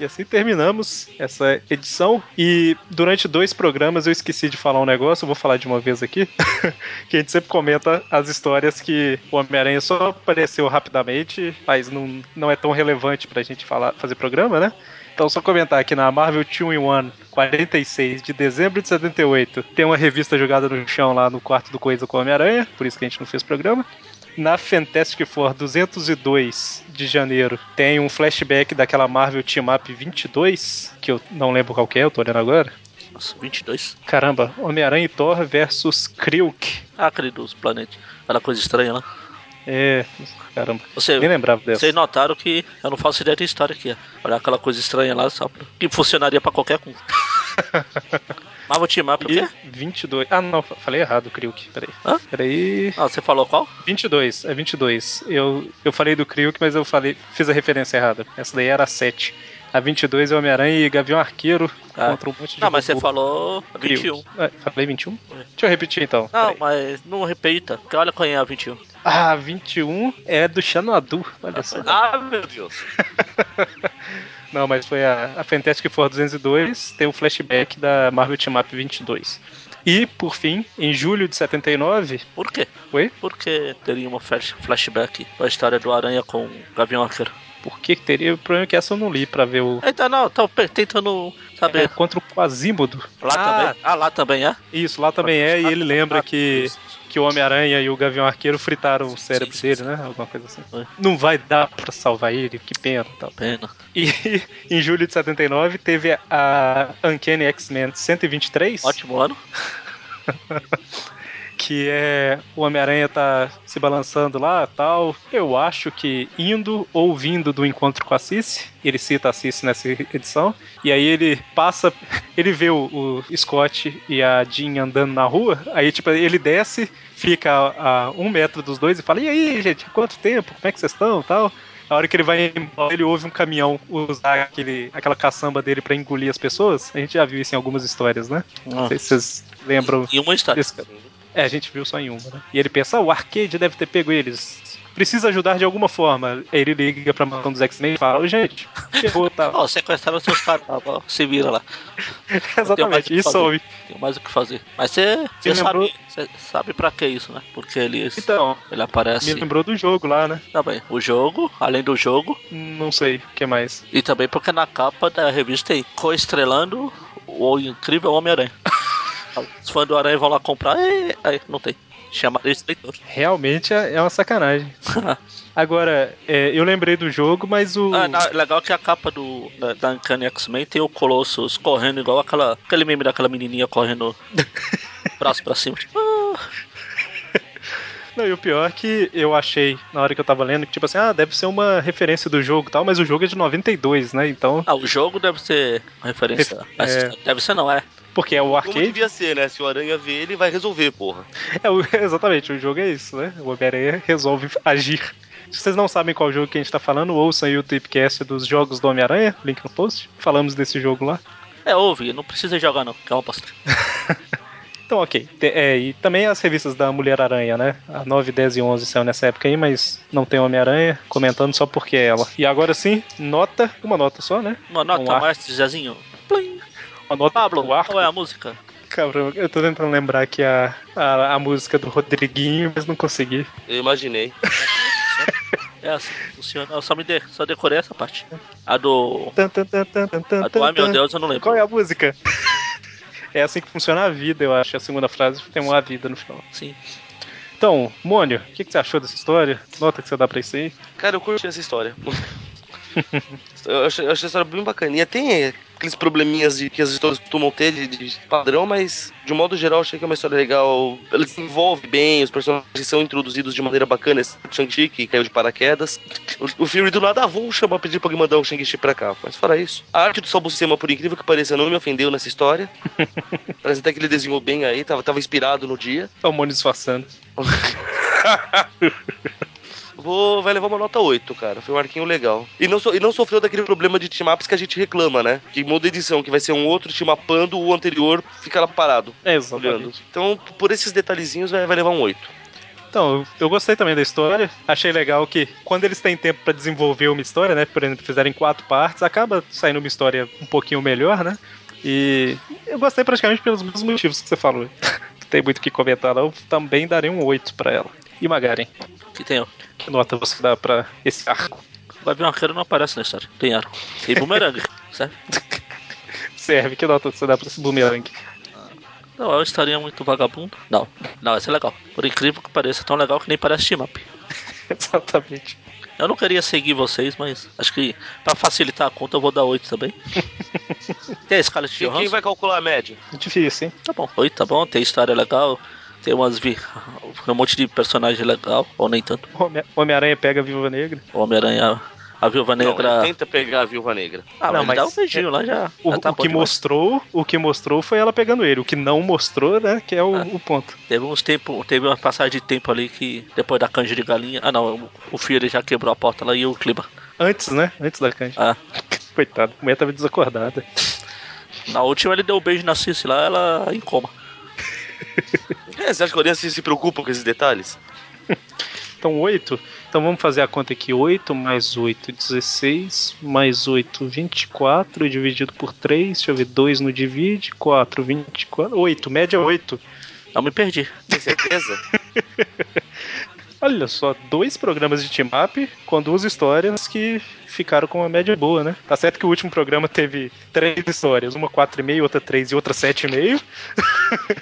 Speaker 1: E assim terminamos essa edição. E durante dois programas eu esqueci de falar um negócio, eu vou falar de uma vez aqui. (laughs) que a gente sempre comenta as histórias que o Homem-Aranha só apareceu rapidamente, mas não, não é tão relevante pra gente falar, fazer programa, né? Então, só comentar aqui na Marvel 2 in 1, 46 de dezembro de 78, tem uma revista jogada no chão lá no quarto do Coisa com o Homem-Aranha, por isso que a gente não fez programa. Na Fantastic Four 202 de janeiro tem um flashback daquela Marvel Team Up 22, que eu não lembro qual que é, eu tô olhando agora.
Speaker 2: Nossa, 22.
Speaker 1: Caramba, Homem-Aranha e Thor versus Kriuk.
Speaker 2: Ah, aquele dos planetas. Aquela coisa estranha lá.
Speaker 1: É, caramba.
Speaker 2: Você- é
Speaker 1: Nem lembrava dessa.
Speaker 2: Vocês notaram que eu não faço ideia de história aqui. ó. Olha aquela coisa estranha lá, só pra- que funcionaria pra qualquer
Speaker 1: (laughs)
Speaker 2: um. Mas vou te chamar pra quê?
Speaker 1: E 22. Ah, não, fa- falei errado, Kriuk. Peraí.
Speaker 2: Hã?
Speaker 1: Peraí.
Speaker 2: Ah, você falou qual?
Speaker 1: 22, é 22. Eu, eu falei do Kriuk, mas eu falei, fiz a referência errada. Essa daí era a 7. A 22 é Homem-Aranha e Gavião Arqueiro
Speaker 2: Ah.
Speaker 1: contra um monte de
Speaker 2: Não, mas você
Speaker 1: robô.
Speaker 2: falou 21.
Speaker 1: Ah, falei 21? Deixa eu repetir então.
Speaker 2: Não,
Speaker 1: Peraí.
Speaker 2: mas não repita, porque olha quem é a 21.
Speaker 1: Ah, 21 é do Xanoadu. Olha
Speaker 2: (laughs)
Speaker 1: só.
Speaker 4: Ah, meu Deus.
Speaker 1: Não, mas foi a, a Fantastic Four 202, tem o flashback da Marvel Team Up 22. E, por fim, em julho de 79,
Speaker 2: Por quê?
Speaker 1: Oi?
Speaker 2: Por que teria uma flash- flashback da história do Aranha com o Gavião Arqueiro?
Speaker 1: por que que teria? O problema é que essa eu não li pra ver o.
Speaker 2: Então não, tô pe- tentando
Speaker 1: É,
Speaker 2: saber.
Speaker 1: contra o Quasimodo.
Speaker 4: É.
Speaker 2: Lá
Speaker 1: Ah,
Speaker 2: também? Ah, lá também é?
Speaker 1: Isso, lá também é, e ele lembra que, que o Homem-Aranha e o Gavião Arqueiro fritaram o cérebro dele, né? Alguma coisa assim.
Speaker 2: É.
Speaker 1: Não vai dar pra salvar ele, que pena e tal.
Speaker 2: Pena.
Speaker 1: E (laughs) em julho de 79 teve a Uncanny X-Men 123,
Speaker 2: Ótimo ano.
Speaker 1: que é o Homem-Aranha tá se balançando lá tal. Eu acho que indo ou vindo do encontro com a Cici, ele cita a Cici nessa edição, e aí ele passa, (laughs) ele vê o, o Scott e a Jean andando na rua, aí tipo, ele desce, fica a, a um metro dos dois e fala, e aí gente, há quanto tempo, como é que vocês estão tal. A hora que ele vai embora, ele ouve um caminhão usar aquele, aquela caçamba dele pra engolir as pessoas. A gente já viu isso em algumas histórias, né? Não
Speaker 2: Ah.
Speaker 1: sei se vocês lembram
Speaker 2: E uma história.
Speaker 1: esse cara. É, a gente viu só em uma, né? E ele pensa, "Ah, o arcade deve ter pego eles. Precisa ajudar de alguma forma. Aí ele liga pra mansão dos X-Men e fala, "Ô, gente, ferrou, tá?
Speaker 2: (laughs) Ó, sequestraram seus caras, lá, ó, se vira lá. mais o
Speaker 1: Exatamente,
Speaker 2: que
Speaker 1: e some.
Speaker 2: Tem mais o que fazer. Mas você você
Speaker 1: Me lembrou-
Speaker 2: sabe, você sabe pra que isso, né? Porque ele,
Speaker 1: Então,
Speaker 2: ele
Speaker 1: me
Speaker 2: aparece
Speaker 1: lembrou do jogo lá, né?
Speaker 2: também. O jogo, além do jogo,
Speaker 1: Não sei o que mais.
Speaker 2: e também porque na capa da revista tem co-estrelando o incrível Homem-Aranha.
Speaker 1: (laughs)
Speaker 2: Os fãs do Aranha vão lá comprar e aí não tem. Chamaram esse
Speaker 1: (laughs)
Speaker 2: leitor.
Speaker 1: Realmente é é uma sacanagem. Agora, é, eu lembrei do jogo, mas o.
Speaker 2: Ah, na- legal que a capa do, da, da Uncanny X-Men tem o Colossus correndo igual aquela, aquele meme daquela
Speaker 1: (laughs)
Speaker 2: menininha correndo braço pra cima. Tipo, ah,
Speaker 1: Não, e o pior é que eu achei na hora que eu tava lendo que, tipo assim, ah, deve ser uma referência do jogo e tal, mas o jogo é de 92, né? Então,
Speaker 2: ah, o jogo deve ser uma referência. a essa
Speaker 1: É.
Speaker 2: história. Deve ser, não é?
Speaker 1: porque é o
Speaker 4: Como
Speaker 1: arcade.
Speaker 4: devia ser, né? Se o Aranha vê ele, vai resolver, porra.
Speaker 1: (laughs) É, o- exatamente, o jogo é isso, né? O Homem-Aranha resolve agir. Se vocês não sabem qual jogo que a gente tá falando, ouçam aí o tipcast dos jogos do Homem-Aranha, link no post. Falamos desse jogo lá.
Speaker 2: É, ouve, não precisa jogar não, que é uma bosta.
Speaker 1: Então, ok. Te- é, e também as revistas da Mulher-Aranha, né? A 9, 10 e 11 saiu nessa época aí, mas não tem Homem-Aranha, comentando só porque é ela. E agora sim, nota, uma nota só, né?
Speaker 2: Uma
Speaker 1: Um
Speaker 2: nota
Speaker 1: arco.
Speaker 2: mais, Zezinho. Plim.
Speaker 1: Uma nota
Speaker 2: Pablo,
Speaker 1: pro arco.
Speaker 2: qual é a música?
Speaker 1: Caramba, eu tô tentando lembrar aqui a, a, a música do Rodriguinho, mas não consegui.
Speaker 3: Eu imaginei.
Speaker 2: É assim que funciona. Eu só me de, só decorei essa parte. A do.
Speaker 1: Tan, tan, tan, tan, tan,
Speaker 2: A
Speaker 1: tan,
Speaker 2: do Ai meu
Speaker 1: tan.
Speaker 2: Deus, eu não lembro.
Speaker 1: Qual é a música? (laughs) É assim que funciona a vida, eu acho. A segunda frase tem uma vida no final.
Speaker 2: Sim.
Speaker 1: Então, Mônio, o que, que você achou dessa história? Nota que você dá pra isso aí?
Speaker 3: Cara, eu curti essa história. (laughs) eu, achei, eu achei a história bem bacaninha. Tem é, aqueles probleminhas de, que as histórias costumam ter de, de padrão, mas de um modo geral achei que é uma história legal. Ela se envolve bem, os personagens são introduzidos de maneira bacana. Esse Shang-Chi que caiu de paraquedas. O, o Fury do nada, ah, vou chamar, pedir pra alguém mandar o Shang-Chi pra cá. Mas fora isso, a arte do Salbucema, por incrível que pareça, não me ofendeu nessa história. Parece até que ele desenhou bem aí, tava, tava inspirado no dia.
Speaker 1: Olha Tá o Mônio disfarçando.
Speaker 3: Vou, vai levar uma nota 8, cara. Foi um arquinho legal. E não, so- e não sofreu daquele problema de team-ups que a gente reclama, né? Que muda a edição, que vai ser um outro team-upando, o anterior fica lá parado,
Speaker 1: É,
Speaker 3: olhando.
Speaker 1: exatamente.
Speaker 3: Então, p- por esses detalhezinhos, vai, vai levar um 8.
Speaker 1: Então, eu gostei também da história. Achei legal que quando eles têm tempo pra desenvolver uma história, né? Por exemplo, fizerem quatro partes, acaba saindo uma história um pouquinho melhor, né? E eu gostei praticamente pelos mesmos motivos que você falou. (laughs) Não tem muito o que comentar, não. Também darei um 8 pra ela. E Magaren,
Speaker 2: Que tem, ó.
Speaker 1: que nota você dá pra esse arco? (laughs)
Speaker 2: O Gavião Arqueiro não aparece na história. Tem arco.
Speaker 3: (laughs)
Speaker 2: Tem bumerangue, certo?
Speaker 1: Serve, que nota você dá pra esse boomerang? (laughs)
Speaker 2: Não, é uma historinha muito vagabunda. Não, não, essa é legal. Por incrível que pareça, é tão legal que nem parece team up.
Speaker 1: Exatamente.
Speaker 2: Eu não queria seguir vocês, mas acho que pra facilitar a conta eu vou dar
Speaker 3: (laughs)
Speaker 2: 8 também. é tem a escala de
Speaker 3: E quem vai calcular a média?
Speaker 1: Difícil, hein?
Speaker 2: Tá bom, 8 tá bom, tem história legal, tem umas vi... um monte de personagem legal, ou nem tanto.
Speaker 1: Home- Homem-Aranha pega a Viúva Negra.
Speaker 2: O Homem-Aranha, a Viúva
Speaker 3: Não,
Speaker 2: Negra.
Speaker 3: ele tenta pegar a Viúva Negra.
Speaker 2: Ah,
Speaker 1: Não,
Speaker 2: mas,
Speaker 1: mas-
Speaker 2: dá um beijinho lá já.
Speaker 1: O,
Speaker 2: já tá
Speaker 1: o
Speaker 2: bom
Speaker 1: que
Speaker 2: demais.
Speaker 1: mostrou, o que mostrou foi ela pegando ele. O que não mostrou, né, que é o,
Speaker 2: Ah.
Speaker 1: o ponto.
Speaker 2: Teve uns tempo, teve uma passagem de tempo ali que depois da canja de galinha. Ah não, o- o Fury já quebrou a porta lá e o clima.
Speaker 1: Antes, né? Antes da canja. (laughs)
Speaker 2: Ah,
Speaker 1: Coitado, a mulher tava desacordada.
Speaker 2: na última ele deu um beijo na Cici lá, ela em coma.
Speaker 3: É, você acha que a audiência se preocupa com esses detalhes?
Speaker 1: Então, 8. Então vamos fazer a conta aqui: 8 mais 8, 16, mais 8, 24, e dividido por 3. Deixa eu ver, 2 no divide, 4, 24, 8, média 8.
Speaker 2: Eu me perdi.
Speaker 3: Tem certeza?
Speaker 1: Olha só, dois programas de team up com duas histórias que ficaram com uma média boa, né? Tá certo que o último programa teve três histórias, uma 4,5, outra 3 e outra 7,5. (laughs)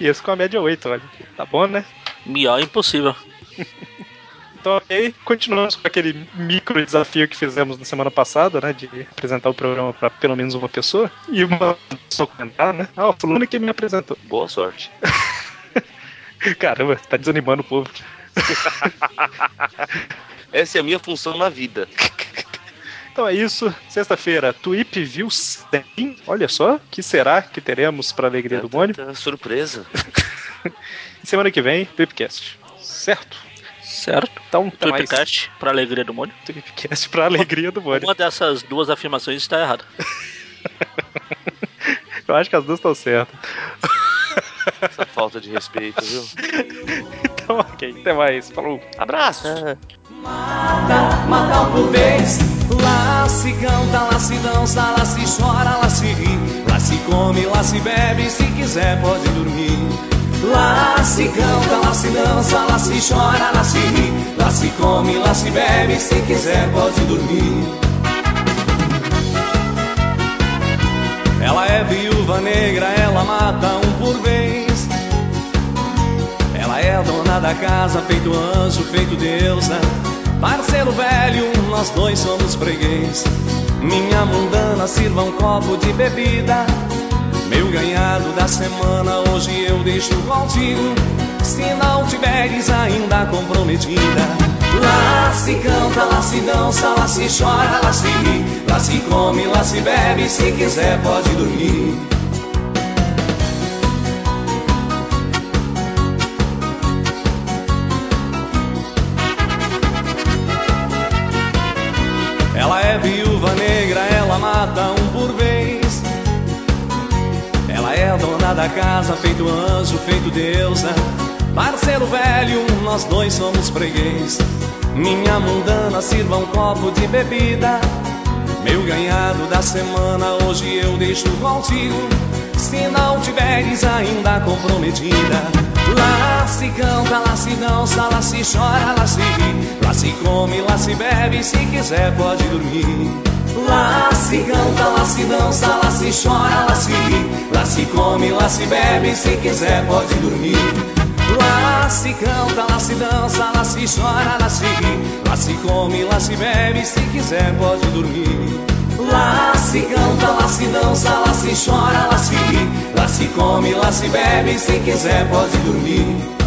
Speaker 1: e esse com a média 8, olha. Tá bom, né?
Speaker 2: Miau é impossível.
Speaker 1: Então, ok, continuamos com aquele micro desafio que fizemos na semana passada, né? De apresentar o programa pra pelo menos uma pessoa. E uma pessoa comentar, né? Ah, o fulano que me apresentou.
Speaker 3: (laughs)
Speaker 1: (laughs)
Speaker 3: Boa sorte.
Speaker 1: Caramba, tá desanimando o povo.
Speaker 3: Essa é a minha função na vida.
Speaker 1: Então é isso. Sexta-feira, Twip View 100. Olha só, que será que teremos pra alegria do Mônio?
Speaker 3: Tá surpresa.
Speaker 1: E Semana que vem, Twipcast. Certo?
Speaker 2: Certo? é
Speaker 1: Então, até mais.
Speaker 2: Tripcast, pra alegria do mundo.
Speaker 1: Twipcast pra alegria do Mônio.
Speaker 2: Uma dessas duas afirmações está errada.
Speaker 1: Eu acho que as duas estão certas.
Speaker 3: Essa falta de respeito, viu?
Speaker 1: Então, ok, até mais. Falou.
Speaker 3: Abraço!
Speaker 5: Mata, mata um por vez. Lá se canta, lá se dança, lá se chora, lá se ri. Lá se come, lá se bebe, se quiser pode dormir. Lá se canta, lá se dança, lá se chora, lá se ri. Lá se come, lá se bebe, se quiser pode dormir. Ela é viúva negra, ela mata um por vez. Ela é dona da casa, feito anjo, feito deusa. Parceiro velho, nós dois somos freguês. Minha mundana sirva um copo de bebida. Meu ganhado da semana hoje eu deixo contigo. Se não tiveres ainda comprometida. Lá se canta, lá se dança, lá se chora, lá se ri. Lá se come, lá se bebe, se quiser pode dormir. Ela é viúva negra, ela mata um por vez. Ela é dona da casa, feito anjo, feito deusa. Parceiro velho, nós dois somos freguês. Minha mundana sirva um copo de bebida. Meu ganhado da semana hoje eu deixo contigo. Se não tiveres ainda comprometida, lá se canta, lá se dança, lá se chora, lá se ri, lá se come, lá se bebe, se quiser pode dormir. Lá se canta, lá se dança, lá se chora, lá se ri, lá se come, lá se bebe, se quiser pode dormir. Lá se canta, lá se dança, lá se chora, lá se ri, lá se come, lá se bebe, se quiser pode dormir. Lá se canta, lá se dança, lá se chora, lá se ri, lá se come, lá se bebe, se quiser pode dormir.